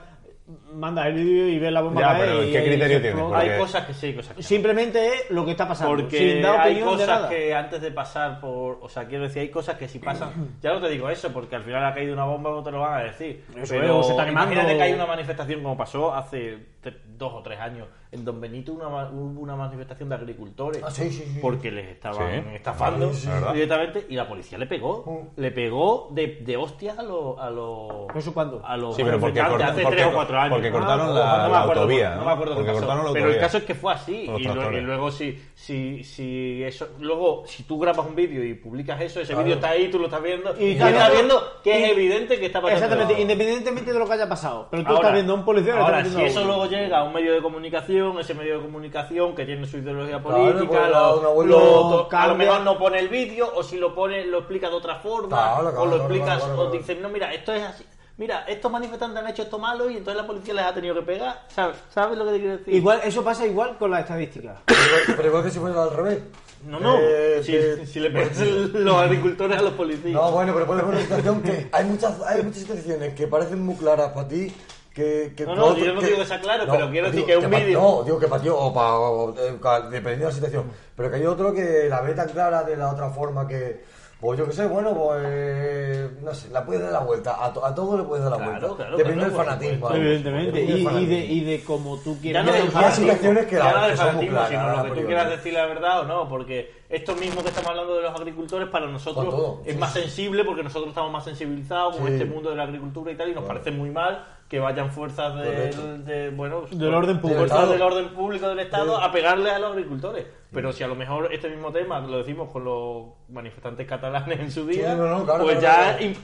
[SPEAKER 4] mandas el vídeo y ves la bomba
[SPEAKER 2] Ya,
[SPEAKER 4] caer
[SPEAKER 2] pero
[SPEAKER 4] y-
[SPEAKER 2] ¿qué
[SPEAKER 4] y
[SPEAKER 2] criterio
[SPEAKER 4] se
[SPEAKER 2] tienes?
[SPEAKER 4] explota.
[SPEAKER 2] Porque-
[SPEAKER 1] Hay cosas que sí, hay cosas que no.
[SPEAKER 4] Simplemente es lo que está pasando. sin
[SPEAKER 1] Porque
[SPEAKER 4] dar
[SPEAKER 1] hay
[SPEAKER 4] opinión de
[SPEAKER 1] cosas
[SPEAKER 4] nada.
[SPEAKER 1] que antes de pasar por. O sea, quiero decir, hay cosas que si pasan. [clears throat] Ya no te digo eso, porque al final ha caído una bomba, no te lo van a decir.
[SPEAKER 4] Eso
[SPEAKER 1] pero
[SPEAKER 4] es, se está quemando.
[SPEAKER 1] Imagínate que hay una manifestación como pasó hace tre- dos o tres años. En Don Benito una ma- hubo una manifestación de agricultores.
[SPEAKER 3] Ah, sí, sí, sí.
[SPEAKER 1] Porque les estaban
[SPEAKER 2] Sí.
[SPEAKER 1] estafando
[SPEAKER 2] Sí, sí, sí.
[SPEAKER 1] directamente y la policía le pegó. Le pegó de, de hostias a los. A los
[SPEAKER 4] ¿Eso cuándo?
[SPEAKER 1] A los
[SPEAKER 2] Sí, pero porque
[SPEAKER 1] manifestantes
[SPEAKER 2] corta-
[SPEAKER 1] hace
[SPEAKER 2] porque
[SPEAKER 1] tres o
[SPEAKER 2] co-
[SPEAKER 1] cuatro años.
[SPEAKER 2] porque cortaron la-
[SPEAKER 1] ojo,
[SPEAKER 2] la
[SPEAKER 1] Ah, me acuerdo,
[SPEAKER 2] autovía,
[SPEAKER 1] No,
[SPEAKER 2] ¿no?
[SPEAKER 1] me acuerdo qué
[SPEAKER 2] Porque
[SPEAKER 1] pasó.
[SPEAKER 2] cortaron la
[SPEAKER 1] Pero el
[SPEAKER 2] autovía.
[SPEAKER 1] caso es que fue así. Y,
[SPEAKER 2] Con los
[SPEAKER 1] lo- y
[SPEAKER 2] tractores.
[SPEAKER 1] luego si, si, si eso, luego si tú grabas un vídeo y publicas eso, ese
[SPEAKER 3] Claro.
[SPEAKER 1] vídeo está ahí, tú lo estás viendo y,
[SPEAKER 4] está
[SPEAKER 1] estás
[SPEAKER 4] viendo-
[SPEAKER 1] viendo que es
[SPEAKER 4] y-
[SPEAKER 1] evidente que está pasando.
[SPEAKER 4] Exactamente,
[SPEAKER 1] algo.
[SPEAKER 4] independientemente de lo que haya pasado. Pero tú
[SPEAKER 1] Ahora-
[SPEAKER 4] estás viendo a un policía que le
[SPEAKER 1] ahora,
[SPEAKER 4] está
[SPEAKER 1] si
[SPEAKER 4] metiendo
[SPEAKER 1] eso
[SPEAKER 4] a uno.
[SPEAKER 1] luego llega a un medio de comunicación, ese medio de comunicación que tiene su ideología
[SPEAKER 3] Claro,
[SPEAKER 1] política,
[SPEAKER 3] pues,
[SPEAKER 1] lo-
[SPEAKER 3] una vuelta-
[SPEAKER 1] lo-
[SPEAKER 4] No,
[SPEAKER 1] a
[SPEAKER 4] cambia.
[SPEAKER 1] lo mejor no pone el vídeo, o si lo pone, lo explica de otra forma,
[SPEAKER 3] Claro,
[SPEAKER 1] o
[SPEAKER 3] claro,
[SPEAKER 1] lo
[SPEAKER 3] claro,
[SPEAKER 1] explicas,
[SPEAKER 3] claro, claro.
[SPEAKER 1] o dicen, no, mira, esto es así. Mira, estos manifestantes han hecho esto malo y entonces la policía les ha tenido que pegar. ¿Sabes, ¿Sabes lo que te quiero decir?
[SPEAKER 4] Igual, eso pasa igual con las estadísticas.
[SPEAKER 3] Pero, pero igual que si fuera al revés.
[SPEAKER 1] No, no.
[SPEAKER 3] Eh,
[SPEAKER 1] si,
[SPEAKER 3] que-
[SPEAKER 1] si le pegas el- los agricultores a los policías.
[SPEAKER 3] No, bueno, pero puede ser una situación que hay muchas, hay muchas situaciones que parecen muy claras para ti. Que, que
[SPEAKER 1] No, no, yo no digo que sea claro, pero quiero decir que un
[SPEAKER 3] pa-
[SPEAKER 1] vídeo-
[SPEAKER 3] No, digo que para ti o para. o, eh, ca- dependiendo de la situación. Pero que hay otro que la ve tan clara de la otra forma que. Pues yo qué sé, bueno, pues. eh, No sé, la puedes dar la vuelta. A, to- a todo le puedes dar la
[SPEAKER 1] Claro,
[SPEAKER 3] vuelta.
[SPEAKER 1] claro,
[SPEAKER 3] Depende
[SPEAKER 1] claro,
[SPEAKER 3] del
[SPEAKER 1] por
[SPEAKER 3] fanatismo.
[SPEAKER 1] supuesto.
[SPEAKER 3] vamos.
[SPEAKER 4] Evidentemente.
[SPEAKER 3] Depende del
[SPEAKER 4] Y, y de,
[SPEAKER 3] fanatismo.
[SPEAKER 4] y de como tú
[SPEAKER 1] Ya
[SPEAKER 4] quieras.
[SPEAKER 1] no
[SPEAKER 3] Ya
[SPEAKER 1] del
[SPEAKER 3] hay
[SPEAKER 1] fanatismo,
[SPEAKER 3] situaciones que
[SPEAKER 1] ya
[SPEAKER 3] la-
[SPEAKER 1] no
[SPEAKER 3] que
[SPEAKER 1] del
[SPEAKER 3] son muy
[SPEAKER 1] fanatismo,
[SPEAKER 3] claras,
[SPEAKER 1] sino
[SPEAKER 3] la
[SPEAKER 1] lo que tú
[SPEAKER 3] mayoría.
[SPEAKER 1] quieras decir la verdad o no, porque esto mismo que estamos hablando de los agricultores para nosotros
[SPEAKER 3] Con todo,
[SPEAKER 1] es
[SPEAKER 3] sí,
[SPEAKER 1] más
[SPEAKER 3] sí.
[SPEAKER 1] sensible porque nosotros estamos más sensibilizados con
[SPEAKER 3] Sí.
[SPEAKER 1] este mundo de la agricultura y tal y nos parece muy mal que vayan fuerzas
[SPEAKER 3] Correcto.
[SPEAKER 1] del, de, bueno, pues,
[SPEAKER 4] Del orden público.
[SPEAKER 1] fuerzas
[SPEAKER 3] Estado.
[SPEAKER 1] del orden público del Estado a pegarles a los agricultores. Pero si a lo mejor este mismo tema lo decimos con los manifestantes catalanes en su día,
[SPEAKER 3] Sí, no, no, claro,
[SPEAKER 1] pues
[SPEAKER 3] claro,
[SPEAKER 1] ya
[SPEAKER 3] claro.
[SPEAKER 1] im-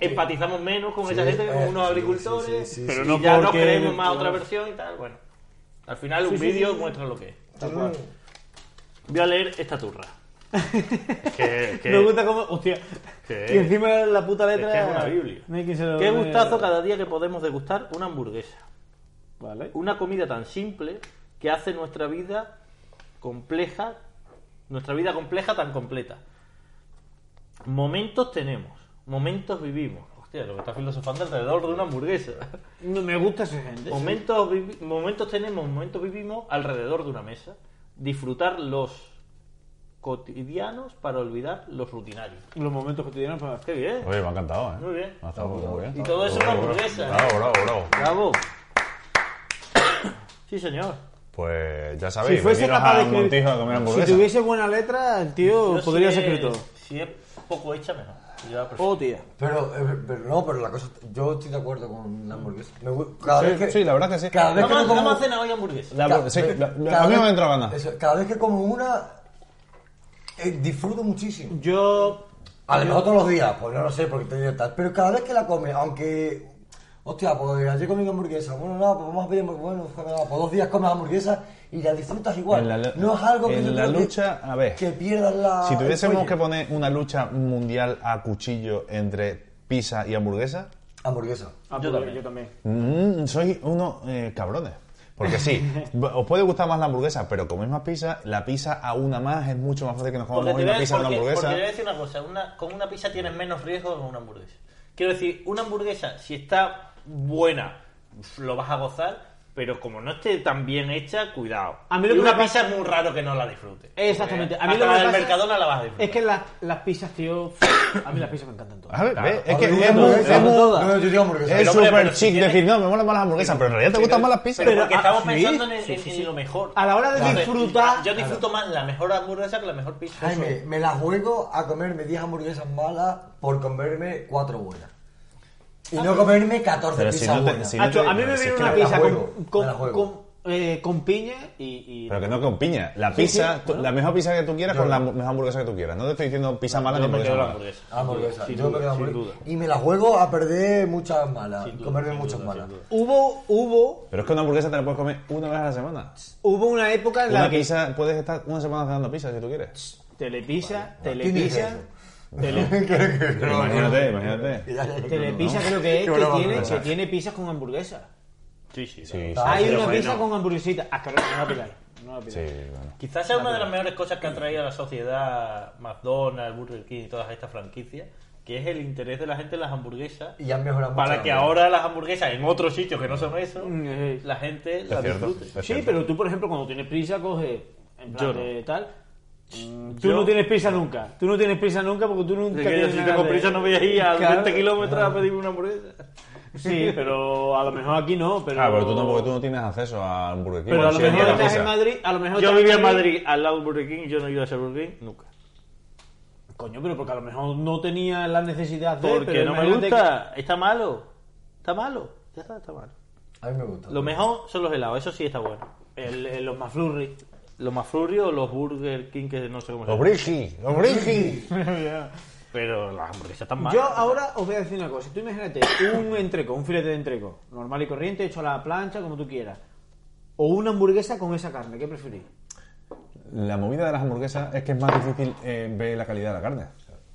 [SPEAKER 1] empatizamos menos con
[SPEAKER 3] Sí,
[SPEAKER 1] esa gente que con
[SPEAKER 3] eh,
[SPEAKER 1] unos
[SPEAKER 3] sí,
[SPEAKER 1] agricultores
[SPEAKER 3] sí, sí, sí, Pero
[SPEAKER 1] y
[SPEAKER 4] no
[SPEAKER 1] ya no
[SPEAKER 4] porque-
[SPEAKER 1] creemos más otra versión y tal, bueno. Al final un vídeo muestra lo que es. Voy a leer esta turra. que, que-
[SPEAKER 4] Me gusta como. Hostia.
[SPEAKER 1] ¿Qué?
[SPEAKER 4] Y encima la puta
[SPEAKER 1] es que
[SPEAKER 4] letra.
[SPEAKER 1] es una Biblia.
[SPEAKER 4] No hay quien se lo-
[SPEAKER 1] Qué gustazo cada día que podemos degustar una hamburguesa.
[SPEAKER 4] Vale.
[SPEAKER 1] Una comida tan simple que hace nuestra vida compleja, nuestra vida compleja tan completa. Momentos tenemos, momentos vivimos. Hostia, lo que está filosofando alrededor de una hamburguesa.
[SPEAKER 4] No, me gusta esa gente.
[SPEAKER 1] Momentos, vivi- momentos tenemos, momentos vivimos alrededor de una mesa. Disfrutar los cotidianos para olvidar los rutinarios.
[SPEAKER 4] Los momentos cotidianos para.
[SPEAKER 1] Qué bien.
[SPEAKER 2] Oye, me ha encantado, ¿eh?
[SPEAKER 1] Muy bien.
[SPEAKER 2] Ha estado muy bien.
[SPEAKER 1] Y todo
[SPEAKER 2] Bravo,
[SPEAKER 1] eso en una
[SPEAKER 2] bravo.
[SPEAKER 1] hamburguesa, ¿eh?
[SPEAKER 2] Bravo, bravo, bravo.
[SPEAKER 1] Bravo. Sí, señor.
[SPEAKER 2] Pues ya
[SPEAKER 4] Si
[SPEAKER 2] sabéis,
[SPEAKER 4] fuese
[SPEAKER 2] veniros
[SPEAKER 4] capaz
[SPEAKER 2] a
[SPEAKER 4] de escribir-
[SPEAKER 2] Montijo a comer
[SPEAKER 4] Si
[SPEAKER 2] hamburguesa.
[SPEAKER 4] tuviese buena letra, el tío
[SPEAKER 1] Yo
[SPEAKER 4] podría
[SPEAKER 1] si
[SPEAKER 4] ser
[SPEAKER 1] es-
[SPEAKER 4] escritor.
[SPEAKER 1] Si es poco hecha, mejor. Ya, perfecto.
[SPEAKER 4] Oh, tía.
[SPEAKER 3] Pero, eh, pero no, pero la cosa. Yo estoy de acuerdo con la hamburguesa. Me gu- cada
[SPEAKER 2] Sí,
[SPEAKER 3] vez que,
[SPEAKER 2] sí, la verdad que sí.
[SPEAKER 3] Cada
[SPEAKER 4] Oh,
[SPEAKER 3] vez
[SPEAKER 1] Vamos,
[SPEAKER 3] que me como-
[SPEAKER 1] vamos a cenar hoy hamburguesa.
[SPEAKER 2] La-
[SPEAKER 3] Ca-
[SPEAKER 2] sí,
[SPEAKER 3] eh,
[SPEAKER 2] la- la-
[SPEAKER 3] cada
[SPEAKER 2] a mí
[SPEAKER 3] vez-
[SPEAKER 2] me entra ganas.
[SPEAKER 3] eso, cada vez que como una, eh, disfruto muchísimo.
[SPEAKER 4] Yo.
[SPEAKER 3] A lo mejor todos los días, pues no lo sé, porque te digo tal. Pero cada vez que la comes, aunque. Hostia, pues ayer comí una hamburguesa. Bueno, no, pues vamos a pedir. Bueno, pues nada, pues dos días comes hamburguesa y la disfrutas igual.
[SPEAKER 2] En la lu-
[SPEAKER 3] no es algo que
[SPEAKER 2] en
[SPEAKER 3] yo
[SPEAKER 2] la
[SPEAKER 3] creo que-
[SPEAKER 2] lucha, a ver.
[SPEAKER 3] Que pierdas la.
[SPEAKER 2] Si tuviésemos
[SPEAKER 3] el
[SPEAKER 2] que
[SPEAKER 3] cuello.
[SPEAKER 2] poner una lucha mundial a cuchillo entre pizza y hamburguesa,
[SPEAKER 3] Hamburguesa.
[SPEAKER 4] Ah,
[SPEAKER 1] Yo
[SPEAKER 4] pues,
[SPEAKER 1] también.
[SPEAKER 4] Yo también.
[SPEAKER 2] mm, sois unos eh, cabrones. Porque sí, os puede gustar más la hamburguesa, pero coméis más pizza, la pizza a una más es mucho más fácil que nos
[SPEAKER 1] Porque
[SPEAKER 2] comamos
[SPEAKER 1] te, voy
[SPEAKER 2] una
[SPEAKER 1] a,
[SPEAKER 2] pizza a una
[SPEAKER 1] porque- porque
[SPEAKER 2] hamburguesa.
[SPEAKER 1] te voy a decir una cosa, una- con una pizza tienes menos riesgo que con una hamburguesa. Quiero decir, una hamburguesa, si está buena, lo vas a gozar, pero como no esté tan bien hecha, cuidado.
[SPEAKER 4] A mí lo
[SPEAKER 1] Y
[SPEAKER 4] que
[SPEAKER 1] una
[SPEAKER 4] me
[SPEAKER 1] pizza es muy raro que no la disfrutes.
[SPEAKER 4] Exactamente. A
[SPEAKER 1] Porque
[SPEAKER 4] mí lo
[SPEAKER 1] hasta
[SPEAKER 4] que
[SPEAKER 1] la
[SPEAKER 4] pasa
[SPEAKER 1] del Mercadona la vas a disfrutar.
[SPEAKER 4] Es que las, las pizzas, tío. [clears throat] A mí las pizzas me encantan todas.
[SPEAKER 2] A ver, ve, es que
[SPEAKER 3] Yo digo
[SPEAKER 2] es muy-
[SPEAKER 3] hamburguesa,
[SPEAKER 2] es muy-
[SPEAKER 3] No, yo digo hamburguesa.
[SPEAKER 2] es
[SPEAKER 1] Pero, hombre,
[SPEAKER 2] súper
[SPEAKER 1] pero si
[SPEAKER 2] chic
[SPEAKER 1] tienes-
[SPEAKER 2] decir, no, me molan más las hamburguesas, pero en realidad te gustan más las pizzas.
[SPEAKER 1] Pero, porque
[SPEAKER 4] ah,
[SPEAKER 1] estamos
[SPEAKER 4] sí,
[SPEAKER 1] pensando en, el-
[SPEAKER 4] sí,
[SPEAKER 1] en-
[SPEAKER 4] sí,
[SPEAKER 1] en
[SPEAKER 4] sí.
[SPEAKER 1] lo mejor.
[SPEAKER 4] A la hora de
[SPEAKER 1] Entonces,
[SPEAKER 4] disfrutar-
[SPEAKER 1] Yo disfruto más la mejor hamburguesa que la mejor pizza.
[SPEAKER 3] Jaime, me la juego a comerme 10 hamburguesas malas por comerme 4 buenas. Y no comerme 14
[SPEAKER 2] Pero si
[SPEAKER 4] Ah,
[SPEAKER 3] pizzas
[SPEAKER 2] no te-
[SPEAKER 3] buenas. Ah,
[SPEAKER 2] si no-
[SPEAKER 4] Nacho, a mí
[SPEAKER 2] pero
[SPEAKER 4] me
[SPEAKER 2] si
[SPEAKER 4] viene
[SPEAKER 2] es que
[SPEAKER 4] una
[SPEAKER 3] me la
[SPEAKER 4] pizza
[SPEAKER 3] juego,
[SPEAKER 4] con,
[SPEAKER 3] me la
[SPEAKER 4] con,
[SPEAKER 3] juego.
[SPEAKER 4] con- eh, con piña y. y-
[SPEAKER 2] Pero que no con piña. La pizza, tú- la mejor pizza que tú quieras con la hamb- mejor hamburguesa que tú quieras. No te estoy diciendo pizza mala ni
[SPEAKER 1] Yo me
[SPEAKER 2] hamburguesa
[SPEAKER 1] quedo la
[SPEAKER 2] mala.
[SPEAKER 1] hamburguesa.
[SPEAKER 3] Ah, hamburguesa.
[SPEAKER 1] Sin
[SPEAKER 3] Yo me
[SPEAKER 1] duda,
[SPEAKER 3] quedo
[SPEAKER 1] sin
[SPEAKER 3] hamburguesa.
[SPEAKER 1] duda.
[SPEAKER 3] Y me la juego a perder muchas malas.
[SPEAKER 1] Sin duda,
[SPEAKER 3] comerme
[SPEAKER 1] sin
[SPEAKER 3] muchas
[SPEAKER 1] duda, sin
[SPEAKER 3] malas.
[SPEAKER 1] duda.
[SPEAKER 4] Hubo, hubo,
[SPEAKER 2] Pero es que una hamburguesa te la puedes comer una vez a la semana.
[SPEAKER 4] hubo una época en la
[SPEAKER 2] Una
[SPEAKER 4] que.
[SPEAKER 2] pizza, puedes estar una semana cenando pizza si tú quieres.
[SPEAKER 4] Telepisa,
[SPEAKER 3] ¿Quién dice
[SPEAKER 4] telepisa.
[SPEAKER 3] [laughs]
[SPEAKER 4] Tele,
[SPEAKER 3] Creo que-
[SPEAKER 2] Pero imagínate, imagínate.
[SPEAKER 4] telepisa creo que es,
[SPEAKER 3] Qué
[SPEAKER 4] que
[SPEAKER 3] broma,
[SPEAKER 4] tiene,
[SPEAKER 3] broma.
[SPEAKER 4] que tiene pizzas con hamburguesa.
[SPEAKER 1] Sí, sí,
[SPEAKER 2] Sí,
[SPEAKER 1] claro.
[SPEAKER 4] Hay
[SPEAKER 1] pero
[SPEAKER 4] una
[SPEAKER 1] bueno.
[SPEAKER 4] pizza con hamburguesita. Asquerosa, no la pidáis. No la
[SPEAKER 2] Sí,
[SPEAKER 4] pidáis.
[SPEAKER 2] bueno.
[SPEAKER 1] Quizás sea una de las mejores cosas que ha traído a la sociedad McDonald's, Burger King y todas estas franquicias, que es el interés de la gente en las hamburguesas.
[SPEAKER 3] Y han mejorado
[SPEAKER 1] Para
[SPEAKER 3] mucho
[SPEAKER 1] que
[SPEAKER 3] la
[SPEAKER 1] ahora las hamburguesas en otros sitios que no son eso,
[SPEAKER 4] Mm, eh.
[SPEAKER 1] la gente
[SPEAKER 2] Es
[SPEAKER 1] las
[SPEAKER 2] cierto.
[SPEAKER 1] disfrute.
[SPEAKER 2] es
[SPEAKER 4] Sí,
[SPEAKER 2] cierto.
[SPEAKER 4] pero tú, por ejemplo, cuando tienes prisa, coges. En plan
[SPEAKER 1] Yo no.
[SPEAKER 4] de tal. Mm, Tú
[SPEAKER 1] Yo-
[SPEAKER 4] no tienes prisa nunca. Tú no tienes prisa nunca porque tú nunca.
[SPEAKER 1] Es que yo,
[SPEAKER 4] tienes
[SPEAKER 1] si
[SPEAKER 4] ganas
[SPEAKER 1] tengo
[SPEAKER 4] de-
[SPEAKER 1] prisa no voy a ir a
[SPEAKER 4] Claro.
[SPEAKER 1] 20 kilómetros a pedirme una hamburguesa. [laughs]
[SPEAKER 4] Sí, pero a lo mejor aquí no. Pero,
[SPEAKER 2] Ah, pero tú no, porque tú no tienes acceso a Burger King.
[SPEAKER 4] Pero a
[SPEAKER 2] Sí,
[SPEAKER 4] lo
[SPEAKER 2] aquí
[SPEAKER 4] mejor
[SPEAKER 2] la
[SPEAKER 4] estás
[SPEAKER 2] pizza.
[SPEAKER 4] en Madrid. A lo mejor
[SPEAKER 1] Yo
[SPEAKER 4] estás
[SPEAKER 1] vivía en Madrid, al lado del Burger King, yo no iba a ese Burger King nunca.
[SPEAKER 4] Coño, pero porque a lo mejor no tenía la necesidad de.
[SPEAKER 1] Porque
[SPEAKER 4] pero
[SPEAKER 1] no me
[SPEAKER 4] imagínate
[SPEAKER 1] gusta, está malo, está malo, ya está, está malo.
[SPEAKER 3] A mí me gusta.
[SPEAKER 1] Lo mejor son los helados, eso sí está bueno.
[SPEAKER 4] que- el- el- los McFlurry.
[SPEAKER 1] Los más o los Burger King, que no sé cómo se
[SPEAKER 2] Los
[SPEAKER 1] llama.
[SPEAKER 2] Brigi, los Brigi.
[SPEAKER 1] Pero las hamburguesas están mal.
[SPEAKER 4] Yo ahora os voy a decir una cosa. Tú imagínate un entreco, un filete de entreco, normal y corriente, hecho a la plancha, como tú quieras. O una hamburguesa con esa carne, ¿qué preferís?
[SPEAKER 2] La movida de las hamburguesas es que es más difícil eh, ver la calidad de la carne.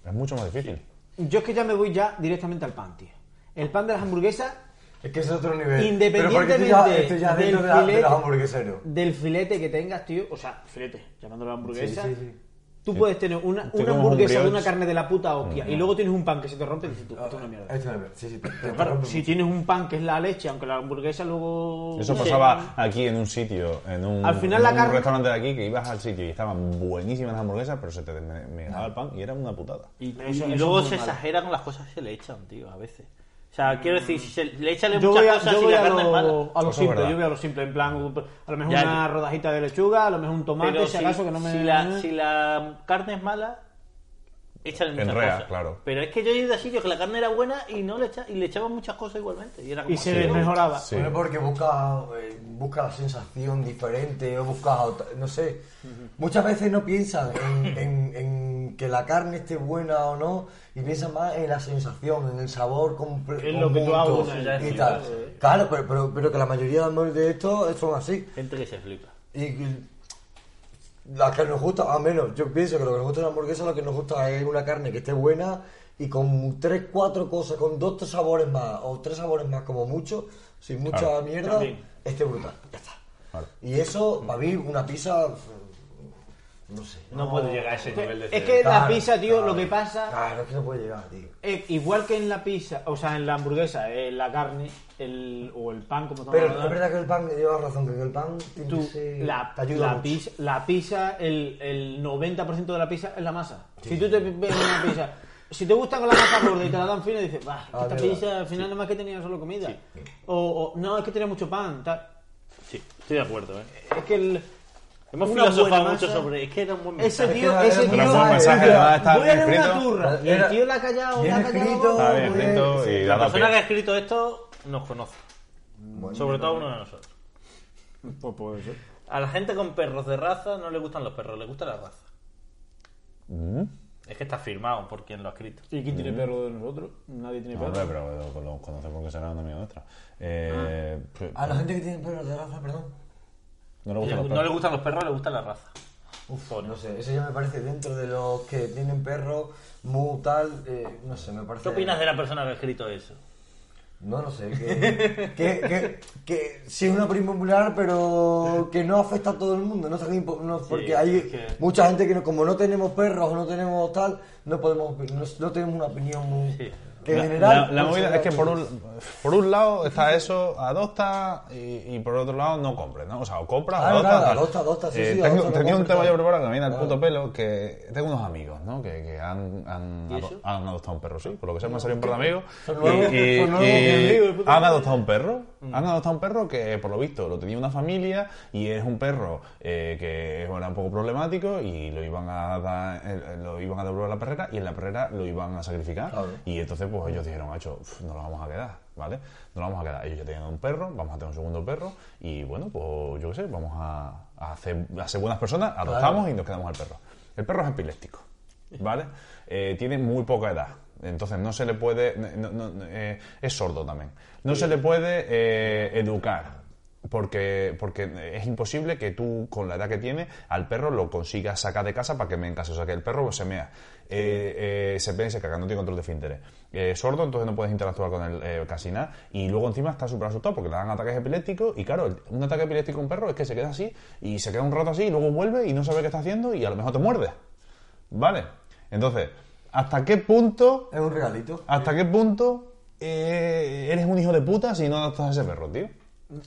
[SPEAKER 2] Es mucho más difícil.
[SPEAKER 4] Yo es que ya me voy ya directamente al pan, tío. El pan de las hamburguesas,
[SPEAKER 3] Es que es otro nivel.
[SPEAKER 4] independientemente
[SPEAKER 3] Pero porque estoy ya, estoy ya
[SPEAKER 4] del,
[SPEAKER 3] dentro de, la- de
[SPEAKER 4] filete,
[SPEAKER 3] los hamburgueseros.
[SPEAKER 4] del filete que tengas, tío, o sea, filete, llamándolo hamburguesa,
[SPEAKER 3] Sí, sí, sí. Ah.
[SPEAKER 4] tú puedes tener una,
[SPEAKER 2] Tú
[SPEAKER 4] una
[SPEAKER 2] comes un
[SPEAKER 4] hamburguesa de
[SPEAKER 2] brioche.
[SPEAKER 4] una carne de la puta hostia y luego tienes un pan que se te rompe y dices tú, esto es una mierda.
[SPEAKER 3] Esto es- sí, sí, te- te-
[SPEAKER 4] Pero claro,
[SPEAKER 3] te-
[SPEAKER 4] si tienes un pan que es la leche, aunque la hamburguesa luego...
[SPEAKER 2] Eso
[SPEAKER 4] Sí.
[SPEAKER 2] pasaba aquí en un sitio, en un,
[SPEAKER 4] Al final
[SPEAKER 2] en
[SPEAKER 4] la
[SPEAKER 2] un
[SPEAKER 4] carne-
[SPEAKER 2] restaurante de aquí, que ibas al sitio y estaban buenísimas las hamburguesas, pero se te me, me dejaba el pan y era una putada.
[SPEAKER 1] Y,
[SPEAKER 4] Pero
[SPEAKER 1] y-
[SPEAKER 4] eso-
[SPEAKER 1] y
[SPEAKER 4] eso
[SPEAKER 1] luego
[SPEAKER 4] es muy
[SPEAKER 1] se
[SPEAKER 4] malo.
[SPEAKER 1] exagera con las cosas que se le echan, tío, a veces. O sea, quiero decir, si se le echan
[SPEAKER 4] Yo
[SPEAKER 1] muchas
[SPEAKER 4] voy, a,
[SPEAKER 1] cosas
[SPEAKER 4] yo
[SPEAKER 1] y
[SPEAKER 4] voy
[SPEAKER 1] la
[SPEAKER 4] a
[SPEAKER 1] carne es
[SPEAKER 4] lo,
[SPEAKER 1] mala.
[SPEAKER 4] a lo
[SPEAKER 2] Eso es
[SPEAKER 4] simple,
[SPEAKER 2] verdad.
[SPEAKER 4] yo voy a lo simple, en plan, a lo mejor
[SPEAKER 1] Ya,
[SPEAKER 4] una
[SPEAKER 1] yo-
[SPEAKER 4] rodajita de lechuga, a lo mejor un tomate,
[SPEAKER 1] Pero
[SPEAKER 4] si
[SPEAKER 1] si,
[SPEAKER 4] acaso que no me...
[SPEAKER 1] si la, si la carne es mala, échale muchas
[SPEAKER 2] Enrea,
[SPEAKER 1] cosas.
[SPEAKER 2] claro.
[SPEAKER 1] Pero es que yo he ido a sitios que la carne era buena y no le echa, y le echaban muchas cosas igualmente. Y, era como
[SPEAKER 4] Y se
[SPEAKER 1] así, ¿no?
[SPEAKER 4] desmejoraba.
[SPEAKER 2] Sí.
[SPEAKER 3] Bueno, porque buscas eh, busca la sensación diferente o buscas, otra- no sé. Muchas veces no piensan en, en- en que la carne esté buena o no y piensan más en la sensación, en el sabor completo.
[SPEAKER 4] Es lo que tú hago, sí, ya
[SPEAKER 3] y
[SPEAKER 4] es igual,
[SPEAKER 3] tal.
[SPEAKER 4] eh.
[SPEAKER 3] Claro, pero, pero, pero que la mayoría de amores de estos son así.
[SPEAKER 1] Gente que se flipa.
[SPEAKER 3] Y que- la que nos gusta, a menos, yo pienso que lo que nos gusta de la hamburguesa, lo que nos gusta es una carne que esté buena y con tres, cuatro cosas, con dos, tres sabores más, o tres sabores más como mucho, sin mucha
[SPEAKER 2] Claro.
[SPEAKER 3] mierda,
[SPEAKER 4] También.
[SPEAKER 3] esté brutal. Ya está.
[SPEAKER 2] Claro.
[SPEAKER 3] Y eso, para mí, una pizza, no sé.
[SPEAKER 1] No, puede llegar a ese nivel de
[SPEAKER 4] Es que la
[SPEAKER 3] Claro,
[SPEAKER 4] pizza, tío,
[SPEAKER 3] claro.
[SPEAKER 4] lo que pasa
[SPEAKER 3] Claro, es que no puede llegar, tío.
[SPEAKER 4] Eh, igual que en la pizza, o sea, en la hamburguesa, eh, la carne el, o el pan, como
[SPEAKER 3] Pero
[SPEAKER 4] estamos
[SPEAKER 3] es
[SPEAKER 4] hablando,
[SPEAKER 3] verdad que el pan, lleva razón, que el pan tiene
[SPEAKER 4] tú,
[SPEAKER 3] ese-
[SPEAKER 4] la,
[SPEAKER 3] te ayuda
[SPEAKER 4] la
[SPEAKER 3] mucho.
[SPEAKER 4] pizza, la pizza, el, el 90% de la pizza es la masa. Si tú te ves una pizza, si te gusta con la masa gorda y te la dan fina, dices, bah,
[SPEAKER 3] Ah,
[SPEAKER 4] esta
[SPEAKER 3] verdad.
[SPEAKER 4] pizza al final nada más que tenía solo comida. O, o, no, es que tenía mucho pan, tal.
[SPEAKER 1] Sí, estoy de acuerdo. ¿eh?
[SPEAKER 4] Es que el.
[SPEAKER 1] Hemos
[SPEAKER 4] una
[SPEAKER 1] filosofado
[SPEAKER 4] buena
[SPEAKER 1] mucho
[SPEAKER 4] masa-
[SPEAKER 1] sobre. Es que era un buen
[SPEAKER 4] Ese
[SPEAKER 1] mensaje.
[SPEAKER 4] tío,
[SPEAKER 3] era-
[SPEAKER 4] ese
[SPEAKER 3] era
[SPEAKER 4] tío.
[SPEAKER 3] un
[SPEAKER 2] buen mensaje, la verdad, estaba
[SPEAKER 4] voy a leer
[SPEAKER 2] bien
[SPEAKER 4] una
[SPEAKER 2] escrito.
[SPEAKER 4] turra. Y el
[SPEAKER 3] Era-
[SPEAKER 4] tío la ha callado, la
[SPEAKER 3] bien
[SPEAKER 4] ha callado.
[SPEAKER 3] escrito.
[SPEAKER 2] Está bien
[SPEAKER 3] Hombre,
[SPEAKER 2] escrito y pues. da
[SPEAKER 1] La
[SPEAKER 2] la
[SPEAKER 1] persona que ha
[SPEAKER 2] pie.
[SPEAKER 1] escrito esto nos conoce. sobre todo uno de
[SPEAKER 4] [laughs]
[SPEAKER 1] nosotros.
[SPEAKER 4] Pues
[SPEAKER 1] A la gente con perros de raza no le gustan los perros, le gusta la raza. Es que está firmado por quien lo ha escrito.
[SPEAKER 4] ¿Y quién tiene perro de nosotros? Nadie tiene
[SPEAKER 2] No,
[SPEAKER 4] perro.
[SPEAKER 2] hombre, pero lo, lo conoce porque será una amiga nuestra. Eh, pues,
[SPEAKER 3] A la gente que tiene pelo de raza, perdón.
[SPEAKER 2] No le
[SPEAKER 1] Oye,
[SPEAKER 2] gustan los
[SPEAKER 1] No le
[SPEAKER 2] perros.
[SPEAKER 1] gustan los perros, le gusta la raza.
[SPEAKER 3] Uf, no sé, eso ya me parece dentro de los que tienen perro, mu, tal, eh, no sé, me parece...
[SPEAKER 1] ¿Qué opinas de la persona que ha escrito eso?
[SPEAKER 3] No, no sé,
[SPEAKER 4] [laughs]
[SPEAKER 3] que, que, que, que sí es una opinión popular, pero que no afecta a todo el mundo, no es tan impo- no, porque hay
[SPEAKER 1] es que-
[SPEAKER 3] mucha gente que no- como no tenemos perros o no tenemos tal, no podemos opi- no, no tenemos una opinión muy...
[SPEAKER 1] Sí.
[SPEAKER 3] Que en
[SPEAKER 2] La-
[SPEAKER 3] general...
[SPEAKER 2] la, la movida es que por
[SPEAKER 3] considera-
[SPEAKER 2] un, por un lado está eso, adopta y, y por otro lado no compres, ¿no? O sea, o compras, o
[SPEAKER 3] Ah,
[SPEAKER 2] adopta.
[SPEAKER 3] claro,
[SPEAKER 2] tal.
[SPEAKER 3] adopta, adopta, sí,
[SPEAKER 2] Eh,
[SPEAKER 3] sí,
[SPEAKER 2] tengo-
[SPEAKER 3] adopta, no
[SPEAKER 2] tenía un
[SPEAKER 3] compres,
[SPEAKER 2] tema yo
[SPEAKER 3] tal.
[SPEAKER 2] preparado que me viene al puto pelo, que tengo unos amigos, ¿no? Que, que han, han,
[SPEAKER 1] ¿Y
[SPEAKER 2] ado-
[SPEAKER 1] eso? pues
[SPEAKER 2] han adoptado un perro, sí, por lo que sea me han salido un par de amigos.
[SPEAKER 3] Son nuevos,
[SPEAKER 2] Y- y-
[SPEAKER 3] son nuevos,
[SPEAKER 2] y
[SPEAKER 3] mi amigo, de puta
[SPEAKER 2] han
[SPEAKER 3] madre.
[SPEAKER 2] adoptado un perro Han adoptado un perro que, por lo visto, lo tenía una familia y es un perro eh, que era un poco problemático y lo iban a dar- eh, lo iban a devolver a la perrera y en la perrera lo iban a sacrificar.
[SPEAKER 3] Claro.
[SPEAKER 2] Y entonces, pues ellos dijeron, macho, pf, no lo vamos a quedar, ¿vale? No lo vamos a quedar. Ellos ya tenían un perro, vamos a tener un segundo perro y, bueno, pues yo qué sé, vamos a, a hacer, a ser buenas personas, adoptamos y nos quedamos al perro. El perro es epiléptico, ¿vale? Eh, tiene muy poca edad. Entonces no se le puede. no- no- no, eh, es sordo también. No se le puede eh, educar. Porque, porque es imposible que tú, con la edad que tiene, al perro lo consigas sacar de casa para que me casa. O sea, que el perro se mea, eh, eh, se pega y se caga, no tiene control de finteres. Eh, sordo, entonces no puedes interactuar con él eh, casi nada. Y luego encima está súper asustado porque le dan ataques epilépticos. Y claro, el- un ataque epiléptico a un perro es que se queda así y se queda un rato así y luego vuelve y no sabe qué está haciendo y a lo mejor te muerde. ¿Vale? Entonces, ¿hasta qué punto,
[SPEAKER 3] Es un regalito.
[SPEAKER 2] hasta qué punto eh, eres un hijo de puta si no adoptas a ese perro, tío?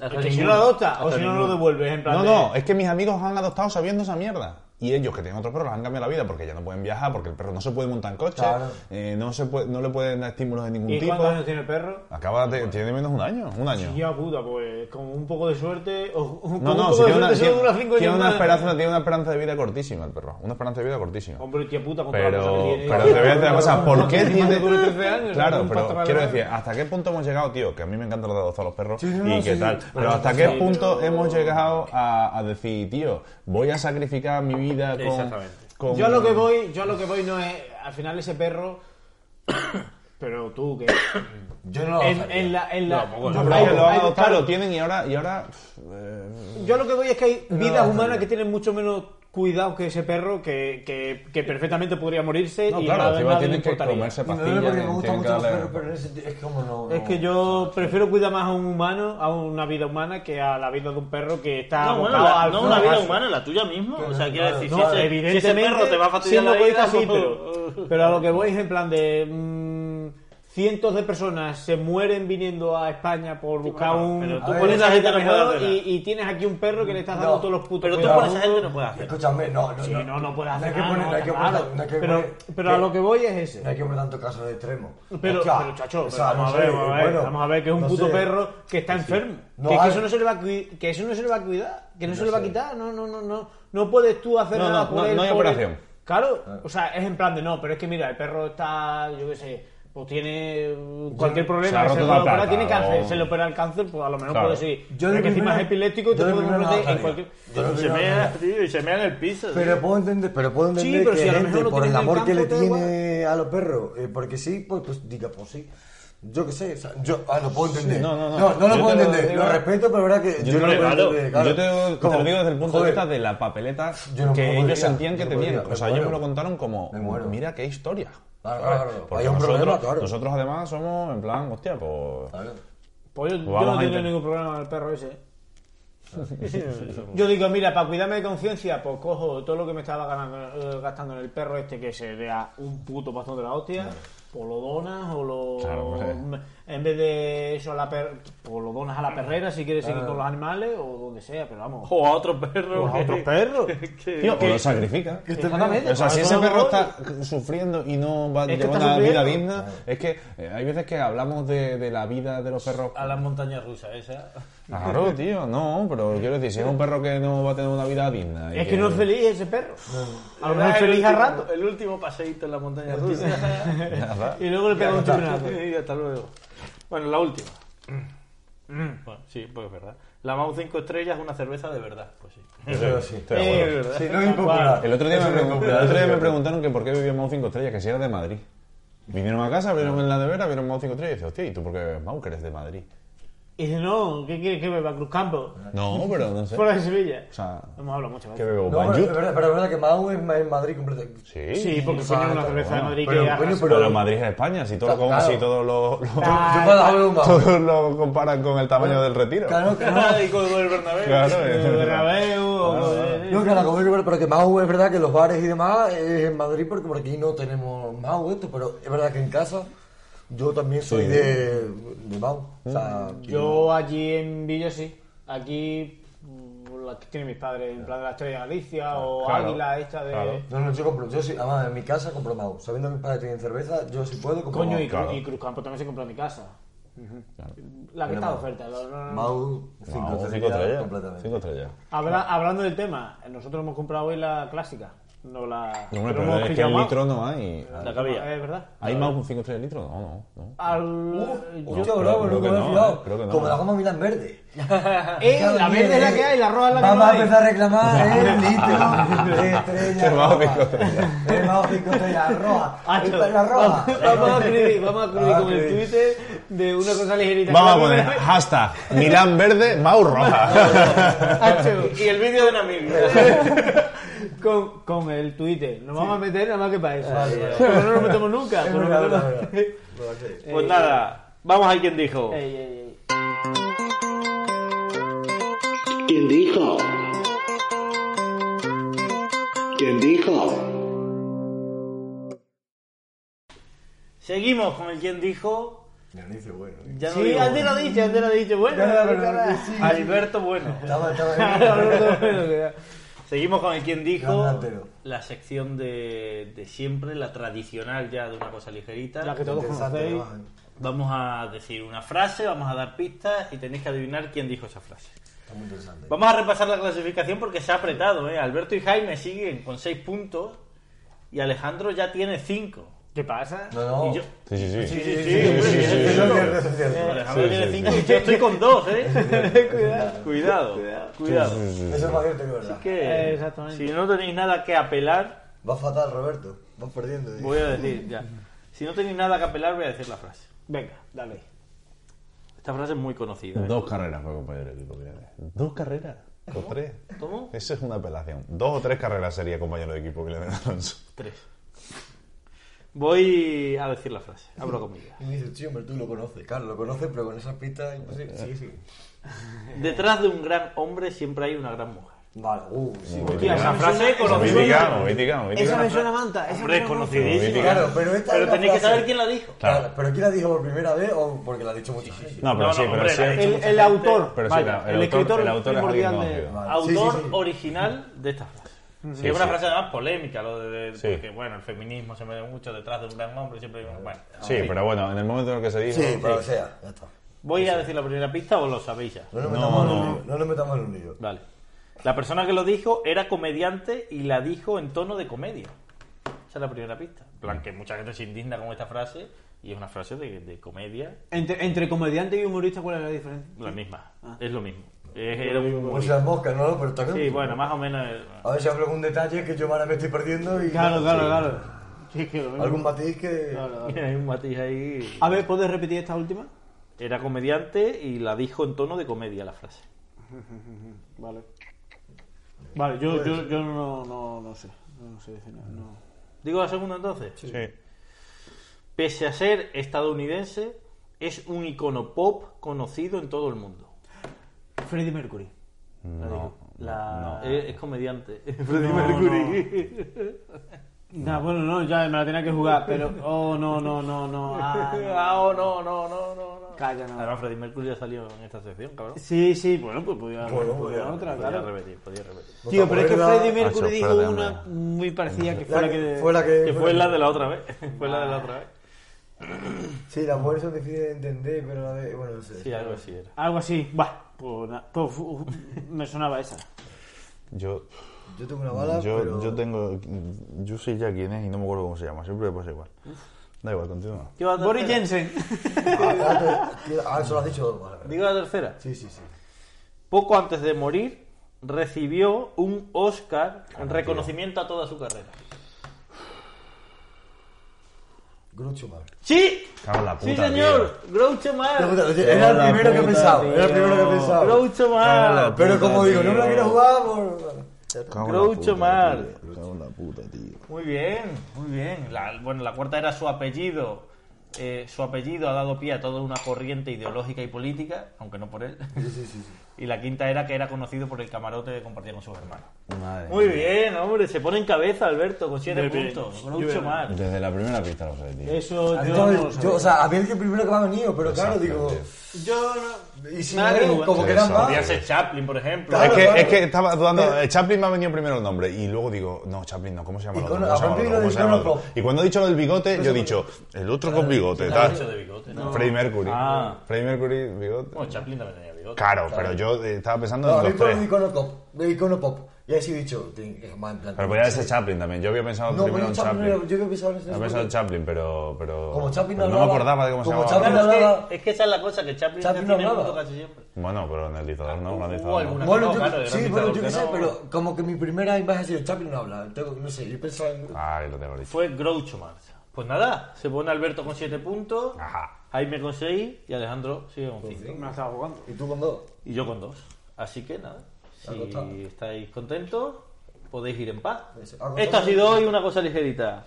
[SPEAKER 1] Hasta
[SPEAKER 4] Que si
[SPEAKER 1] ninguno.
[SPEAKER 4] lo adoptas o
[SPEAKER 1] Hasta
[SPEAKER 4] si no lo
[SPEAKER 1] ninguno.
[SPEAKER 4] devuelves, en plan.
[SPEAKER 2] No,
[SPEAKER 4] de-
[SPEAKER 2] no, es que mis amigos han adoptado sabiendo esa mierda. Y ellos que tienen otros perros les han cambiado la vida porque ya no pueden viajar, porque el perro no se puede montar en coche,
[SPEAKER 3] Claro.
[SPEAKER 2] eh, no, se puede- no le pueden dar estímulos de ningún
[SPEAKER 4] ¿Y
[SPEAKER 2] tipo.
[SPEAKER 4] cuántos años tiene el perro?
[SPEAKER 2] Acaba de, tiene menos de un año, un año.
[SPEAKER 4] Ya puta, pues con un poco de suerte. O, o- con
[SPEAKER 2] No,
[SPEAKER 4] un
[SPEAKER 2] no,
[SPEAKER 4] poco
[SPEAKER 2] si
[SPEAKER 4] de
[SPEAKER 2] tiene una,
[SPEAKER 4] suerte solo
[SPEAKER 2] tiene-
[SPEAKER 4] dura cinco
[SPEAKER 2] tiene
[SPEAKER 4] años
[SPEAKER 2] una
[SPEAKER 4] más.
[SPEAKER 2] esperanza, tiene una esperanza de vida cortísima el perro. Una esperanza de vida cortísima.
[SPEAKER 4] Hombre, tía puta, con toda la cosa que
[SPEAKER 2] Pero,
[SPEAKER 4] tiene.
[SPEAKER 2] pero te voy a decir una cosa, ¿por qué
[SPEAKER 4] Tiene más
[SPEAKER 2] tiene...
[SPEAKER 4] de 13 años,
[SPEAKER 2] Claro,
[SPEAKER 4] un pato
[SPEAKER 2] pero
[SPEAKER 4] para
[SPEAKER 2] quiero
[SPEAKER 4] la-
[SPEAKER 2] decir, ¿hasta qué punto hemos llegado, tío? Que a mí me encanta lo de adoptar a los perros
[SPEAKER 3] Sí, sí,
[SPEAKER 2] y
[SPEAKER 3] no,
[SPEAKER 2] qué
[SPEAKER 3] sí,
[SPEAKER 2] tal.
[SPEAKER 3] sí.
[SPEAKER 2] Pero ¿hasta
[SPEAKER 3] Sí,
[SPEAKER 2] qué
[SPEAKER 3] pero-
[SPEAKER 2] punto hemos llegado a, a decir, tío, voy a sacrificar mi vida con...
[SPEAKER 1] Exactamente.
[SPEAKER 2] con-
[SPEAKER 4] Yo a lo que voy, yo a lo que voy no es. Al final ese perro. [coughs] pero tú,
[SPEAKER 1] [coughs]
[SPEAKER 4] que.
[SPEAKER 3] Yo no lo
[SPEAKER 4] en,
[SPEAKER 3] adoptaría.
[SPEAKER 4] en la. En la
[SPEAKER 1] No, pues, bueno,
[SPEAKER 2] No, pero es que lo han
[SPEAKER 4] hay-
[SPEAKER 2] adoptado,
[SPEAKER 4] claro,
[SPEAKER 2] lo tienen y ahora... Y ahora
[SPEAKER 4] Yo a lo que voy es que hay vidas humanas que tienen mucho menos cuidado que ese perro que, que, que perfectamente podría morirse
[SPEAKER 2] Eh, no,
[SPEAKER 4] y
[SPEAKER 2] claro,
[SPEAKER 4] nada,
[SPEAKER 2] encima
[SPEAKER 4] nada le
[SPEAKER 2] tienen que
[SPEAKER 4] importaría.
[SPEAKER 2] comerse
[SPEAKER 3] Y me duele
[SPEAKER 2] pastillas.
[SPEAKER 3] porque me
[SPEAKER 2] tienen
[SPEAKER 3] gustan
[SPEAKER 2] que
[SPEAKER 3] mucho los
[SPEAKER 2] darle-
[SPEAKER 3] perros, pero en ese sentido- es como no.
[SPEAKER 4] Es que yo prefiero cuidar más a un humano, a una vida humana, que a la vida de un perro que está
[SPEAKER 1] No, bueno,
[SPEAKER 4] abocado
[SPEAKER 1] la-
[SPEAKER 4] al
[SPEAKER 1] no una vida
[SPEAKER 4] fracaso.
[SPEAKER 1] humana, la tuya misma. O sea, quiero decir,
[SPEAKER 4] No,
[SPEAKER 1] si, ese,
[SPEAKER 4] evidentemente,
[SPEAKER 1] si ese perro te va a fastidiar
[SPEAKER 4] sí,
[SPEAKER 1] la
[SPEAKER 4] lo
[SPEAKER 1] vida,
[SPEAKER 4] cuentas, sí,
[SPEAKER 1] pues-
[SPEAKER 4] pero, pero a lo que voy es en plan de mm, cientos de personas se mueren viniendo a España por buscar
[SPEAKER 1] bueno,
[SPEAKER 4] un
[SPEAKER 1] pero tú
[SPEAKER 4] a ver,
[SPEAKER 1] con esa gente no
[SPEAKER 4] mejor
[SPEAKER 1] puedes hacer
[SPEAKER 4] y, y tienes aquí un perro que le estás dando
[SPEAKER 3] No,
[SPEAKER 4] todos los putos
[SPEAKER 1] pero tú
[SPEAKER 4] cuidados.
[SPEAKER 1] con esa gente no puedes hacer.
[SPEAKER 3] Escúchame, no, no.
[SPEAKER 4] Sí, no, no puedes hacer
[SPEAKER 3] hay que
[SPEAKER 4] nada,
[SPEAKER 3] poner-
[SPEAKER 4] no,
[SPEAKER 3] no hay que
[SPEAKER 4] claro.
[SPEAKER 3] poner- no hay que
[SPEAKER 4] pero,
[SPEAKER 3] poner-
[SPEAKER 4] pero a lo que voy es ese
[SPEAKER 3] No hay que poner tanto caso de extremo.
[SPEAKER 4] [laughs] Pero,
[SPEAKER 3] Hostia,
[SPEAKER 4] pero chacho,
[SPEAKER 3] o
[SPEAKER 4] pero
[SPEAKER 3] sea,
[SPEAKER 4] vamos,
[SPEAKER 3] no
[SPEAKER 4] a ver,
[SPEAKER 3] sé,
[SPEAKER 4] vamos, a ver,
[SPEAKER 3] bueno,
[SPEAKER 4] vamos a ver que es un
[SPEAKER 3] no
[SPEAKER 4] puto
[SPEAKER 3] sé.
[SPEAKER 4] perro que está enfermo.
[SPEAKER 3] No,
[SPEAKER 4] que, que
[SPEAKER 3] hay-
[SPEAKER 4] eso no se le va a cui- que eso no se le va a cuidar, que no, se le va a
[SPEAKER 3] sé.
[SPEAKER 4] quitar, no, no, no, no. No puedes tú hacer
[SPEAKER 2] No,
[SPEAKER 4] nada
[SPEAKER 2] no,
[SPEAKER 4] por
[SPEAKER 2] no-
[SPEAKER 4] él,
[SPEAKER 2] no hay
[SPEAKER 4] por
[SPEAKER 2] operación.
[SPEAKER 4] él. Claro,
[SPEAKER 3] Ah.
[SPEAKER 4] o sea, es en plan de no, pero es que mira, el perro está, yo qué sé, pues tiene uh, cualquier
[SPEAKER 2] se ha
[SPEAKER 4] problema, se,
[SPEAKER 2] roto
[SPEAKER 4] le
[SPEAKER 2] una
[SPEAKER 4] puede operar,
[SPEAKER 2] pata,
[SPEAKER 4] tiene cáncer,
[SPEAKER 2] o-
[SPEAKER 4] se le opera el cáncer, pues a lo mejor
[SPEAKER 2] Claro.
[SPEAKER 4] puede seguir.
[SPEAKER 3] Yo
[SPEAKER 4] pero
[SPEAKER 3] de
[SPEAKER 4] es que encima es
[SPEAKER 3] primera-
[SPEAKER 4] epiléptico y te
[SPEAKER 3] yo de
[SPEAKER 4] puede
[SPEAKER 3] primera no
[SPEAKER 4] meter en
[SPEAKER 3] adoptaría.
[SPEAKER 4] cualquier...
[SPEAKER 3] Yo no
[SPEAKER 1] se
[SPEAKER 3] tengo
[SPEAKER 1] mea,
[SPEAKER 3] nada.
[SPEAKER 1] tío, y se mea en el piso.
[SPEAKER 3] Pero puedo entender, pero puedo entender
[SPEAKER 4] pero
[SPEAKER 3] que
[SPEAKER 4] si a lo
[SPEAKER 3] gente,
[SPEAKER 4] mejor lo
[SPEAKER 3] por el
[SPEAKER 4] tiene en el
[SPEAKER 3] amor que le
[SPEAKER 4] campo, te da
[SPEAKER 3] tiene a los perros, eh, porque sí, pues, pues diga, pues sí. Yo qué sé, o sea, yo ah, lo puedo entender.
[SPEAKER 2] no, no, no.
[SPEAKER 3] lo
[SPEAKER 2] Yo
[SPEAKER 3] puedo
[SPEAKER 2] te lo
[SPEAKER 3] entender.
[SPEAKER 2] digo-
[SPEAKER 3] Lo respeto, pero verdad que
[SPEAKER 2] Yo te
[SPEAKER 3] yo,
[SPEAKER 2] lo-
[SPEAKER 3] no lo puedo
[SPEAKER 1] claro,
[SPEAKER 3] entender. claro.
[SPEAKER 2] Yo te, te
[SPEAKER 3] Como-
[SPEAKER 2] lo digo desde el punto
[SPEAKER 3] joder,
[SPEAKER 2] de vista de la papeleta
[SPEAKER 3] Yo no
[SPEAKER 2] que
[SPEAKER 3] podría,
[SPEAKER 2] ellos sentían que
[SPEAKER 3] yo no
[SPEAKER 2] tenían.
[SPEAKER 3] podría,
[SPEAKER 2] o sea,
[SPEAKER 3] me
[SPEAKER 2] ellos me
[SPEAKER 3] muero.
[SPEAKER 2] lo contaron como,
[SPEAKER 3] Me muero.
[SPEAKER 2] mira qué historia.
[SPEAKER 3] Claro,
[SPEAKER 2] ¿sabes?
[SPEAKER 3] claro, claro.
[SPEAKER 2] Porque
[SPEAKER 3] Hay un
[SPEAKER 2] nosotros,
[SPEAKER 3] problema, claro.
[SPEAKER 2] nosotros además somos en plan, hostia, pues...
[SPEAKER 3] Claro.
[SPEAKER 4] Pues yo, yo
[SPEAKER 2] vamos
[SPEAKER 4] no
[SPEAKER 2] a
[SPEAKER 4] tengo
[SPEAKER 2] inter-
[SPEAKER 4] ningún problema con el perro ese. yo digo, mira, para cuidarme de conciencia, pues cojo todo lo que me estaba ganando, eh, gastando en el perro este que se vea un puto bastón de la hostia, o lo donas, o lo.
[SPEAKER 2] Claro, pues,
[SPEAKER 4] En vez de eso, a la per... pues lo donas a la perrera si quieres seguir con los animales, o donde sea, pero vamos.
[SPEAKER 1] O a otro perro.
[SPEAKER 4] O a
[SPEAKER 1] que-
[SPEAKER 4] otro [laughs] perro.
[SPEAKER 1] que-
[SPEAKER 2] Tío, o pues lo sacrifica.
[SPEAKER 3] este
[SPEAKER 4] Exactamente,
[SPEAKER 2] O sea, si
[SPEAKER 4] pues,
[SPEAKER 2] ese
[SPEAKER 4] a
[SPEAKER 2] perro
[SPEAKER 4] lo mejor-
[SPEAKER 2] está sufriendo y no va a
[SPEAKER 4] Es que
[SPEAKER 2] llevar
[SPEAKER 4] está
[SPEAKER 2] una vida
[SPEAKER 4] sufriendo.
[SPEAKER 2] digna, es que eh, hay veces que hablamos de, de la vida de los perros.
[SPEAKER 1] A las montañas rusas, esa.
[SPEAKER 2] Claro, tío, no, pero quiero decir, si es un perro que no va a tener una vida digna. y
[SPEAKER 4] Es que no es feliz ese perro. A lo mejor es
[SPEAKER 1] Ah, El
[SPEAKER 4] feliz a
[SPEAKER 1] último-
[SPEAKER 4] rato.
[SPEAKER 1] El último paseíto en la montaña rusa.
[SPEAKER 4] [laughs]
[SPEAKER 2] nada.
[SPEAKER 4] Y luego le pega un
[SPEAKER 1] [laughs]
[SPEAKER 4] chunazo.
[SPEAKER 1] Y hasta luego. Bueno, la última.
[SPEAKER 4] Mm.
[SPEAKER 1] Bueno, sí, pues es verdad. La Mau 5 estrellas es una cerveza de verdad. Pues sí.
[SPEAKER 3] Eso sí.
[SPEAKER 2] Estoy de acuerdo.
[SPEAKER 1] Eh, verdad.
[SPEAKER 3] Sí, no es impopular.
[SPEAKER 2] El otro día,
[SPEAKER 3] Eso
[SPEAKER 2] me,
[SPEAKER 3] no es
[SPEAKER 2] pregun-
[SPEAKER 3] impopular,
[SPEAKER 2] el otro día me
[SPEAKER 3] eso es
[SPEAKER 2] preguntaron que por qué vivía Mau 5 estrellas, que si era de Madrid. Vinieron a casa, abrieron en la nevera, vieron Mau 5 estrellas y dije, hostia, ¿y tú por qué Mau que eres de Madrid?
[SPEAKER 4] Y dice, no, ¿qué quieres que beba? Cruz Campo.
[SPEAKER 2] No, pero no sé.
[SPEAKER 4] Fuera de Sevilla.
[SPEAKER 2] O sea,
[SPEAKER 4] Hemos hablado mucho.
[SPEAKER 2] que bebo
[SPEAKER 3] No, pero,
[SPEAKER 2] Banyut.
[SPEAKER 3] pero, pero, es verdad que Mau es ma- en Madrid completamente.
[SPEAKER 2] Sí.
[SPEAKER 4] Sí, porque coño una cerveza de Madrid
[SPEAKER 3] Pero,
[SPEAKER 4] que
[SPEAKER 3] coño,
[SPEAKER 4] arrasa.
[SPEAKER 2] Pero
[SPEAKER 3] Pero-
[SPEAKER 2] Madrid es España, si todo,
[SPEAKER 3] Claro.
[SPEAKER 2] como si todo lo, lo- [laughs]
[SPEAKER 4] Ah,
[SPEAKER 3] yo para hablar un Mau.
[SPEAKER 2] todos lo comparan con el tamaño del retiro.
[SPEAKER 3] Claro, claro.
[SPEAKER 1] Y con el Bernabéu.
[SPEAKER 2] Claro,
[SPEAKER 4] Eh,
[SPEAKER 2] eh.
[SPEAKER 4] Bernabéu, o- eh,
[SPEAKER 3] No, que la comida, pero- pero que Mau es verdad que los bares y demás es en Madrid porque por aquí no tenemos Mau esto, pero es verdad que en casa yo también soy de, de Mau. O sea,
[SPEAKER 2] Mm.
[SPEAKER 4] Yo allí en Villa sí. Aquí mm, la que tienen mis padres, en plan de la Estrella de Galicia o
[SPEAKER 2] claro,
[SPEAKER 4] Águila esta de...
[SPEAKER 2] claro.
[SPEAKER 3] No, no, yo compro, yo sí, además en mi casa compro Mau. Sabiendo que mis padres tienen cerveza, yo si puedo compro
[SPEAKER 4] Coño,
[SPEAKER 3] Mau.
[SPEAKER 4] y, Cru-
[SPEAKER 2] claro.
[SPEAKER 4] y Cruz Campo también se compra en mi casa.
[SPEAKER 2] Claro.
[SPEAKER 4] La que está de oferta. lo- no- no-
[SPEAKER 3] Mau,
[SPEAKER 2] Wow,
[SPEAKER 3] 5
[SPEAKER 2] cinco estrellas,
[SPEAKER 3] completamente.
[SPEAKER 2] cinco estrellas.
[SPEAKER 4] Habla- hablando del tema, nosotros hemos comprado hoy la clásica. No la.
[SPEAKER 2] No, hombre,
[SPEAKER 4] no
[SPEAKER 2] pero
[SPEAKER 4] hemos
[SPEAKER 2] es que
[SPEAKER 4] pillado
[SPEAKER 2] el
[SPEAKER 4] más.
[SPEAKER 2] litro no hay.
[SPEAKER 1] La cabía.
[SPEAKER 4] Es verdad.
[SPEAKER 2] ¿Hay más con 5 o 3 litros? No, no, no.
[SPEAKER 4] Al-
[SPEAKER 3] Uh,
[SPEAKER 4] yo-
[SPEAKER 3] hostia,
[SPEAKER 2] creo-
[SPEAKER 3] bravo,
[SPEAKER 2] creo
[SPEAKER 3] no me
[SPEAKER 2] que
[SPEAKER 3] había
[SPEAKER 2] no, eh,
[SPEAKER 3] fijado.
[SPEAKER 2] creo que no.
[SPEAKER 3] Como la goma Milán verde.
[SPEAKER 4] Eh, la verde es la que hay, la roja es la que no
[SPEAKER 3] Vamos a
[SPEAKER 4] hay.
[SPEAKER 3] empezar a reclamar, eh, litro, tres estrellas.
[SPEAKER 2] El Mao
[SPEAKER 3] roja. Eh,
[SPEAKER 2] cinco estrellas.
[SPEAKER 3] El Mao cinco estrellas, roja.
[SPEAKER 4] Hacho,
[SPEAKER 3] La roja.
[SPEAKER 4] Ah,
[SPEAKER 3] Eh,
[SPEAKER 4] Vamos a escribir, vamos a escribir
[SPEAKER 3] Ah,
[SPEAKER 4] como el
[SPEAKER 3] sí.
[SPEAKER 4] Twitter de una cosa ligerita.
[SPEAKER 2] Vamos a
[SPEAKER 4] [laughs]
[SPEAKER 2] poner hashtag Milán Verde, Mau Roja.
[SPEAKER 4] Hacho,
[SPEAKER 1] Y el vídeo de Namibia.
[SPEAKER 4] con, con el Twitter. Nos vamos a meter nada más que para eso.
[SPEAKER 3] Vale, vale.
[SPEAKER 4] Pero no nos metemos nunca.
[SPEAKER 3] Es
[SPEAKER 4] pero
[SPEAKER 3] verdad,
[SPEAKER 4] no nos-
[SPEAKER 3] verdad, verdad.
[SPEAKER 1] [laughs]
[SPEAKER 4] Eh,
[SPEAKER 1] Pues nada, vamos a quien dijo.
[SPEAKER 4] Ey, ey, ey.
[SPEAKER 6] ¿Quién dijo? ¿Quién dijo?
[SPEAKER 1] Seguimos con el quien dijo.
[SPEAKER 3] Granizo, bueno.
[SPEAKER 1] Ya no
[SPEAKER 4] Sí,
[SPEAKER 1] digo-
[SPEAKER 4] antes lo ha dicho, antes lo ha dicho. Bueno,
[SPEAKER 3] Ya, ya,
[SPEAKER 4] qué
[SPEAKER 3] ya,
[SPEAKER 4] cara.
[SPEAKER 3] sí.
[SPEAKER 1] Alberto Bueno.
[SPEAKER 3] Estaba, estaba
[SPEAKER 4] Alberto, bueno, que ya.
[SPEAKER 1] Seguimos con el quien dijo.
[SPEAKER 3] Gran delantero.
[SPEAKER 1] La sección de, de siempre, la tradicional ya de una cosa ligerita.
[SPEAKER 4] La que todos
[SPEAKER 3] Interesante,
[SPEAKER 4] conocéis.
[SPEAKER 3] ¿no?
[SPEAKER 1] Vamos a decir una frase, vamos a dar pistas y tenéis que adivinar quién dijo esa frase.
[SPEAKER 3] Está muy interesante.
[SPEAKER 1] Vamos a repasar la clasificación porque se ha apretado, ¿eh? Alberto y Jaime siguen con 6 puntos y Alejandro ya tiene 5.
[SPEAKER 4] ¿Qué pasa?
[SPEAKER 3] No, no.
[SPEAKER 1] Y yo...
[SPEAKER 2] Sí, sí, sí.
[SPEAKER 1] sí,
[SPEAKER 2] sí, sí, sí, sí.
[SPEAKER 3] Eso es cierto, eso es cierto.
[SPEAKER 1] Alejandro
[SPEAKER 2] Sí,
[SPEAKER 1] tiene
[SPEAKER 2] sí,
[SPEAKER 1] 5
[SPEAKER 2] sí.
[SPEAKER 1] y yo estoy con 2, ¿eh? cuidado, cuidado.
[SPEAKER 2] Sí, sí, sí.
[SPEAKER 3] Eso es más cierto que verdad.
[SPEAKER 1] Que
[SPEAKER 4] Exactamente.
[SPEAKER 1] Si no tenéis nada que apelar,
[SPEAKER 3] Vas fatal, Roberto. Vas perdiendo. eh.
[SPEAKER 1] voy a decir ya. Si no tenéis nada que apelar, voy a decir la frase.
[SPEAKER 4] Venga, dale.
[SPEAKER 1] Esta frase es muy conocida. ¿eh?
[SPEAKER 2] Dos carreras para acompañar el equipo. Pilares. Dos carreras. O tres.
[SPEAKER 1] ¿Cómo?
[SPEAKER 2] Eso es una apelación. Dos o tres carreras sería compañero de equipo Pilares Alonso.
[SPEAKER 1] [laughs] Tres. Voy a decir la frase. Abro
[SPEAKER 3] [laughs]
[SPEAKER 1] comillas.
[SPEAKER 3] Y me dice, sí, hombre, tú lo conoces. Claro, lo conoces, pero con esas pistas imposible. Sí, sí.
[SPEAKER 1] Detrás de un gran hombre siempre hay una gran mujer.
[SPEAKER 3] Vale, uh, sí.
[SPEAKER 4] Tía, esa
[SPEAKER 1] Una frase
[SPEAKER 4] me suena-
[SPEAKER 1] conocida.
[SPEAKER 2] Movítica, movítica,
[SPEAKER 4] Esa
[SPEAKER 2] movítica.
[SPEAKER 4] me suena manta. esa me
[SPEAKER 1] Hombre,
[SPEAKER 4] suena manta.
[SPEAKER 1] conocidísima.
[SPEAKER 3] Claro, pero esta es la
[SPEAKER 1] tenéis que
[SPEAKER 3] frase.
[SPEAKER 1] saber quién la dijo.
[SPEAKER 3] Claro, pero ¿quién la dijo por primera vez o porque la ha dicho mucha gente?
[SPEAKER 2] No, pero
[SPEAKER 1] No,
[SPEAKER 2] sí,
[SPEAKER 1] no,
[SPEAKER 2] pero
[SPEAKER 1] hombre,
[SPEAKER 2] sí.
[SPEAKER 1] la he
[SPEAKER 4] El,
[SPEAKER 1] hecho.
[SPEAKER 4] el autor.
[SPEAKER 2] Pero sí,
[SPEAKER 4] vaya,
[SPEAKER 2] la- el
[SPEAKER 4] el,
[SPEAKER 2] autor-
[SPEAKER 4] escritor
[SPEAKER 2] el autor es alguien
[SPEAKER 4] primordial de-
[SPEAKER 2] conocido.
[SPEAKER 3] Vale, sí,
[SPEAKER 1] Autor
[SPEAKER 3] sí, sí.
[SPEAKER 1] original de esta frase. Que
[SPEAKER 2] Sí,
[SPEAKER 1] es una
[SPEAKER 2] sí.
[SPEAKER 1] frase además polémica, lo de,
[SPEAKER 2] Sí.
[SPEAKER 1] porque bueno, el feminismo se mete mucho detrás de un gran hombre, siempre bueno.
[SPEAKER 2] Sí, pero bueno, en el momento en el que se dijo. eh,
[SPEAKER 3] Sí, pero o sea, ya está.
[SPEAKER 1] Voy a decir la primera pista o lo sabéis ya.
[SPEAKER 3] No nos metamos en un lío. No nos metamos en un lío.
[SPEAKER 1] Vale. La persona que lo dijo era comediante y la dijo en tono de comedia. Esa es la primera pista. En plan, que mucha gente se indigna con esta frase y es una frase de, de comedia,
[SPEAKER 4] Entre, entre comediante y humorista, ¿cuál es la diferencia?
[SPEAKER 1] la misma. Es lo mismo. Es- era un
[SPEAKER 3] O
[SPEAKER 1] humorista.
[SPEAKER 3] sea, mosca, Pues no, pero está
[SPEAKER 1] Sí, bueno, más o menos. eh,
[SPEAKER 3] A ver si hablo algún detalle que yo ahora me estoy perdiendo y.
[SPEAKER 4] Claro, claro, claro. Sí, es que lo mismo.
[SPEAKER 3] Algún matiz que.
[SPEAKER 4] Claro, claro.
[SPEAKER 1] Hay un matiz ahí.
[SPEAKER 4] A ver, ¿puedes repetir esta última?
[SPEAKER 1] Era comediante y la dijo en tono de comedia la frase.
[SPEAKER 4] Vale. Vale, yo, yo, yo no, no, no sé. No sé decir nada. No.
[SPEAKER 1] ¿Digo la segunda entonces?
[SPEAKER 2] Sí.
[SPEAKER 1] Pese a ser estadounidense, es un icono pop conocido en todo el mundo.
[SPEAKER 4] Freddie Mercury.
[SPEAKER 2] No.
[SPEAKER 1] La- Es, es comediante. [laughs] Freddie Mercury. [laughs]
[SPEAKER 4] Nah, bueno, no, ya me la tenía que jugar, pero. Oh, no, no, no, no. Ah,
[SPEAKER 1] Ah, oh, [laughs] no, no, no, no, no.
[SPEAKER 4] no. Calla, no.
[SPEAKER 1] Además, Freddie Mercury ya salió en esta sección, cabrón.
[SPEAKER 4] Sí, sí, bueno, pues podía haber
[SPEAKER 3] Bueno,
[SPEAKER 4] podía haber Ah, otra,
[SPEAKER 1] Podía
[SPEAKER 4] claro.
[SPEAKER 1] repetir, podía repetir.
[SPEAKER 4] Tío, pero es que
[SPEAKER 3] Acuerda-
[SPEAKER 4] Freddie Mercury
[SPEAKER 2] Macho,
[SPEAKER 4] dijo
[SPEAKER 2] espérate,
[SPEAKER 4] una
[SPEAKER 2] hombre.
[SPEAKER 4] muy parecida que fue
[SPEAKER 3] La
[SPEAKER 4] la que.
[SPEAKER 3] Fue la que.
[SPEAKER 1] Que fue la de la otra vez. [laughs] Fue la de la otra vez.
[SPEAKER 3] Sí, las mujeres son difíciles de entender, pero la de. Bueno, no sé.
[SPEAKER 1] Sí, algo así era.
[SPEAKER 4] Algo así. Bah, pues, na- pues, fu- me sonaba esa.
[SPEAKER 7] Yo,
[SPEAKER 3] Yo tengo una bala,
[SPEAKER 7] yo,
[SPEAKER 3] pero.
[SPEAKER 7] yo tengo. Yo sé ya quién es y no me acuerdo cómo se llama. Siempre me pasa igual. Da igual, continúa.
[SPEAKER 1] ¿Qué va a
[SPEAKER 4] Boris
[SPEAKER 1] tercera?
[SPEAKER 4] Jensen.
[SPEAKER 3] Ah, claro, ah, eso lo has dicho. Vale, vale.
[SPEAKER 1] Digo la tercera.
[SPEAKER 3] Sí, sí, sí.
[SPEAKER 1] Poco antes de morir, recibió un Oscar en reconocimiento a toda su carrera.
[SPEAKER 3] Grucho mal.
[SPEAKER 1] ¡Sí!
[SPEAKER 2] Cago en la
[SPEAKER 1] ¡Sí,
[SPEAKER 2] puta,
[SPEAKER 1] tío. señor! ¡Groucho Marx!
[SPEAKER 3] Era el primero que he pensado. Era el primero que he pensado.
[SPEAKER 1] ¡Groucho Marx!
[SPEAKER 3] Pero como digo, no me la quiero jugar por.
[SPEAKER 1] Groucho Marx.
[SPEAKER 7] Cago en la puta, tío.
[SPEAKER 1] Muy bien, muy bien. La- bueno, la cuarta era su apellido. Eh, su apellido ha dado pie a toda una corriente ideológica y política, aunque no por él. [laughs]
[SPEAKER 3] Sí, sí, sí. sí.
[SPEAKER 1] Y la quinta era que era conocido por el camarote que compartía con sus hermanos.
[SPEAKER 2] Madre
[SPEAKER 1] Muy bien, hombre, se pone en cabeza Alberto con siete puntos. Groucho Marx.
[SPEAKER 2] Desde la primera pista lo sé, tío.
[SPEAKER 4] Eso yo no lo
[SPEAKER 3] Entonces, yo,
[SPEAKER 4] sabía.
[SPEAKER 3] o sea, a mí es el primero que me ha venido, pero claro, digo.
[SPEAKER 4] Yo no.
[SPEAKER 3] Y si
[SPEAKER 4] Nada que
[SPEAKER 3] no,
[SPEAKER 4] jugar.
[SPEAKER 3] como que eran
[SPEAKER 1] Podría
[SPEAKER 3] más.
[SPEAKER 1] ser Chaplin, por ejemplo.
[SPEAKER 3] Claro,
[SPEAKER 2] es, que,
[SPEAKER 3] claro.
[SPEAKER 2] es que estaba dudando.
[SPEAKER 3] Pero-
[SPEAKER 2] eh, Chaplin me ha venido primero el nombre y luego digo, no, Chaplin no, ¿cómo se llama el otro?
[SPEAKER 3] Icono-
[SPEAKER 2] ¿Cómo se llama
[SPEAKER 3] aparte
[SPEAKER 2] el
[SPEAKER 3] lo
[SPEAKER 2] otro? ¿Cómo
[SPEAKER 3] del
[SPEAKER 2] se llama el
[SPEAKER 3] icono
[SPEAKER 2] otro? Y cuando he dicho lo del bigote, yo he dicho, el otro con bigote.
[SPEAKER 1] Está
[SPEAKER 2] tal.
[SPEAKER 1] hecho de bigote, ¿no?
[SPEAKER 2] Freddie Mercury.
[SPEAKER 1] Ah.
[SPEAKER 2] Freddie Mercury, bigote.
[SPEAKER 1] Bueno, Chaplin también tenía bigote.
[SPEAKER 2] Claro, pero yo eh, estaba pensando
[SPEAKER 3] No,
[SPEAKER 2] en
[SPEAKER 3] a mí
[SPEAKER 2] los
[SPEAKER 3] por
[SPEAKER 2] tres.
[SPEAKER 3] el icono pop. El icono pop. Y así he dicho, ten- es más en plan.
[SPEAKER 2] Pero podía ser Chaplin también. Yo había pensado
[SPEAKER 3] No,
[SPEAKER 2] primero
[SPEAKER 3] pero
[SPEAKER 2] en
[SPEAKER 3] Chaplin,
[SPEAKER 2] Chaplin.
[SPEAKER 3] yo había pensado en ese.
[SPEAKER 2] Había pensado en Chaplin, pero. pero
[SPEAKER 3] Como Chaplin
[SPEAKER 2] pero no me
[SPEAKER 3] hablaba-
[SPEAKER 2] acordaba de cómo se
[SPEAKER 3] como
[SPEAKER 2] llamaba.
[SPEAKER 3] Chaplin
[SPEAKER 1] Claro, es
[SPEAKER 3] hablaba-
[SPEAKER 1] que, es que esa es la cosa, que Chaplin,
[SPEAKER 3] Chaplin
[SPEAKER 1] no tiene
[SPEAKER 3] hablaba.
[SPEAKER 1] mundo casi siempre.
[SPEAKER 2] Bueno, pero en el dictador no, en el
[SPEAKER 1] Hubo
[SPEAKER 2] dictador
[SPEAKER 1] alguna
[SPEAKER 2] no.
[SPEAKER 3] Bueno,
[SPEAKER 1] No,
[SPEAKER 3] yo,
[SPEAKER 1] claro, de
[SPEAKER 3] sí,
[SPEAKER 1] Gran
[SPEAKER 3] bueno,
[SPEAKER 1] Dictador,
[SPEAKER 3] yo
[SPEAKER 1] que
[SPEAKER 3] qué sé,
[SPEAKER 1] no-
[SPEAKER 3] pero como que mi primera imagen ha sido Chaplin no habla. Tengo- No sé, yo pensaba en.
[SPEAKER 2] Ah, lo tengo dicho.
[SPEAKER 1] Fue Groucho Marx. Pues nada, se pone Alberto con 7 puntos,
[SPEAKER 2] Ajá.
[SPEAKER 1] Jaime con 6 y Alejandro sigue con 5.
[SPEAKER 8] Me la estaba jugando.
[SPEAKER 3] ¿Y tú con dos?
[SPEAKER 1] Y yo con 2. Así que nada,
[SPEAKER 3] Ha costado.
[SPEAKER 1] si estáis contentos, podéis ir en paz.
[SPEAKER 3] Eso, ha costado.
[SPEAKER 1] Esto ha sido hoy una cosa ligerita.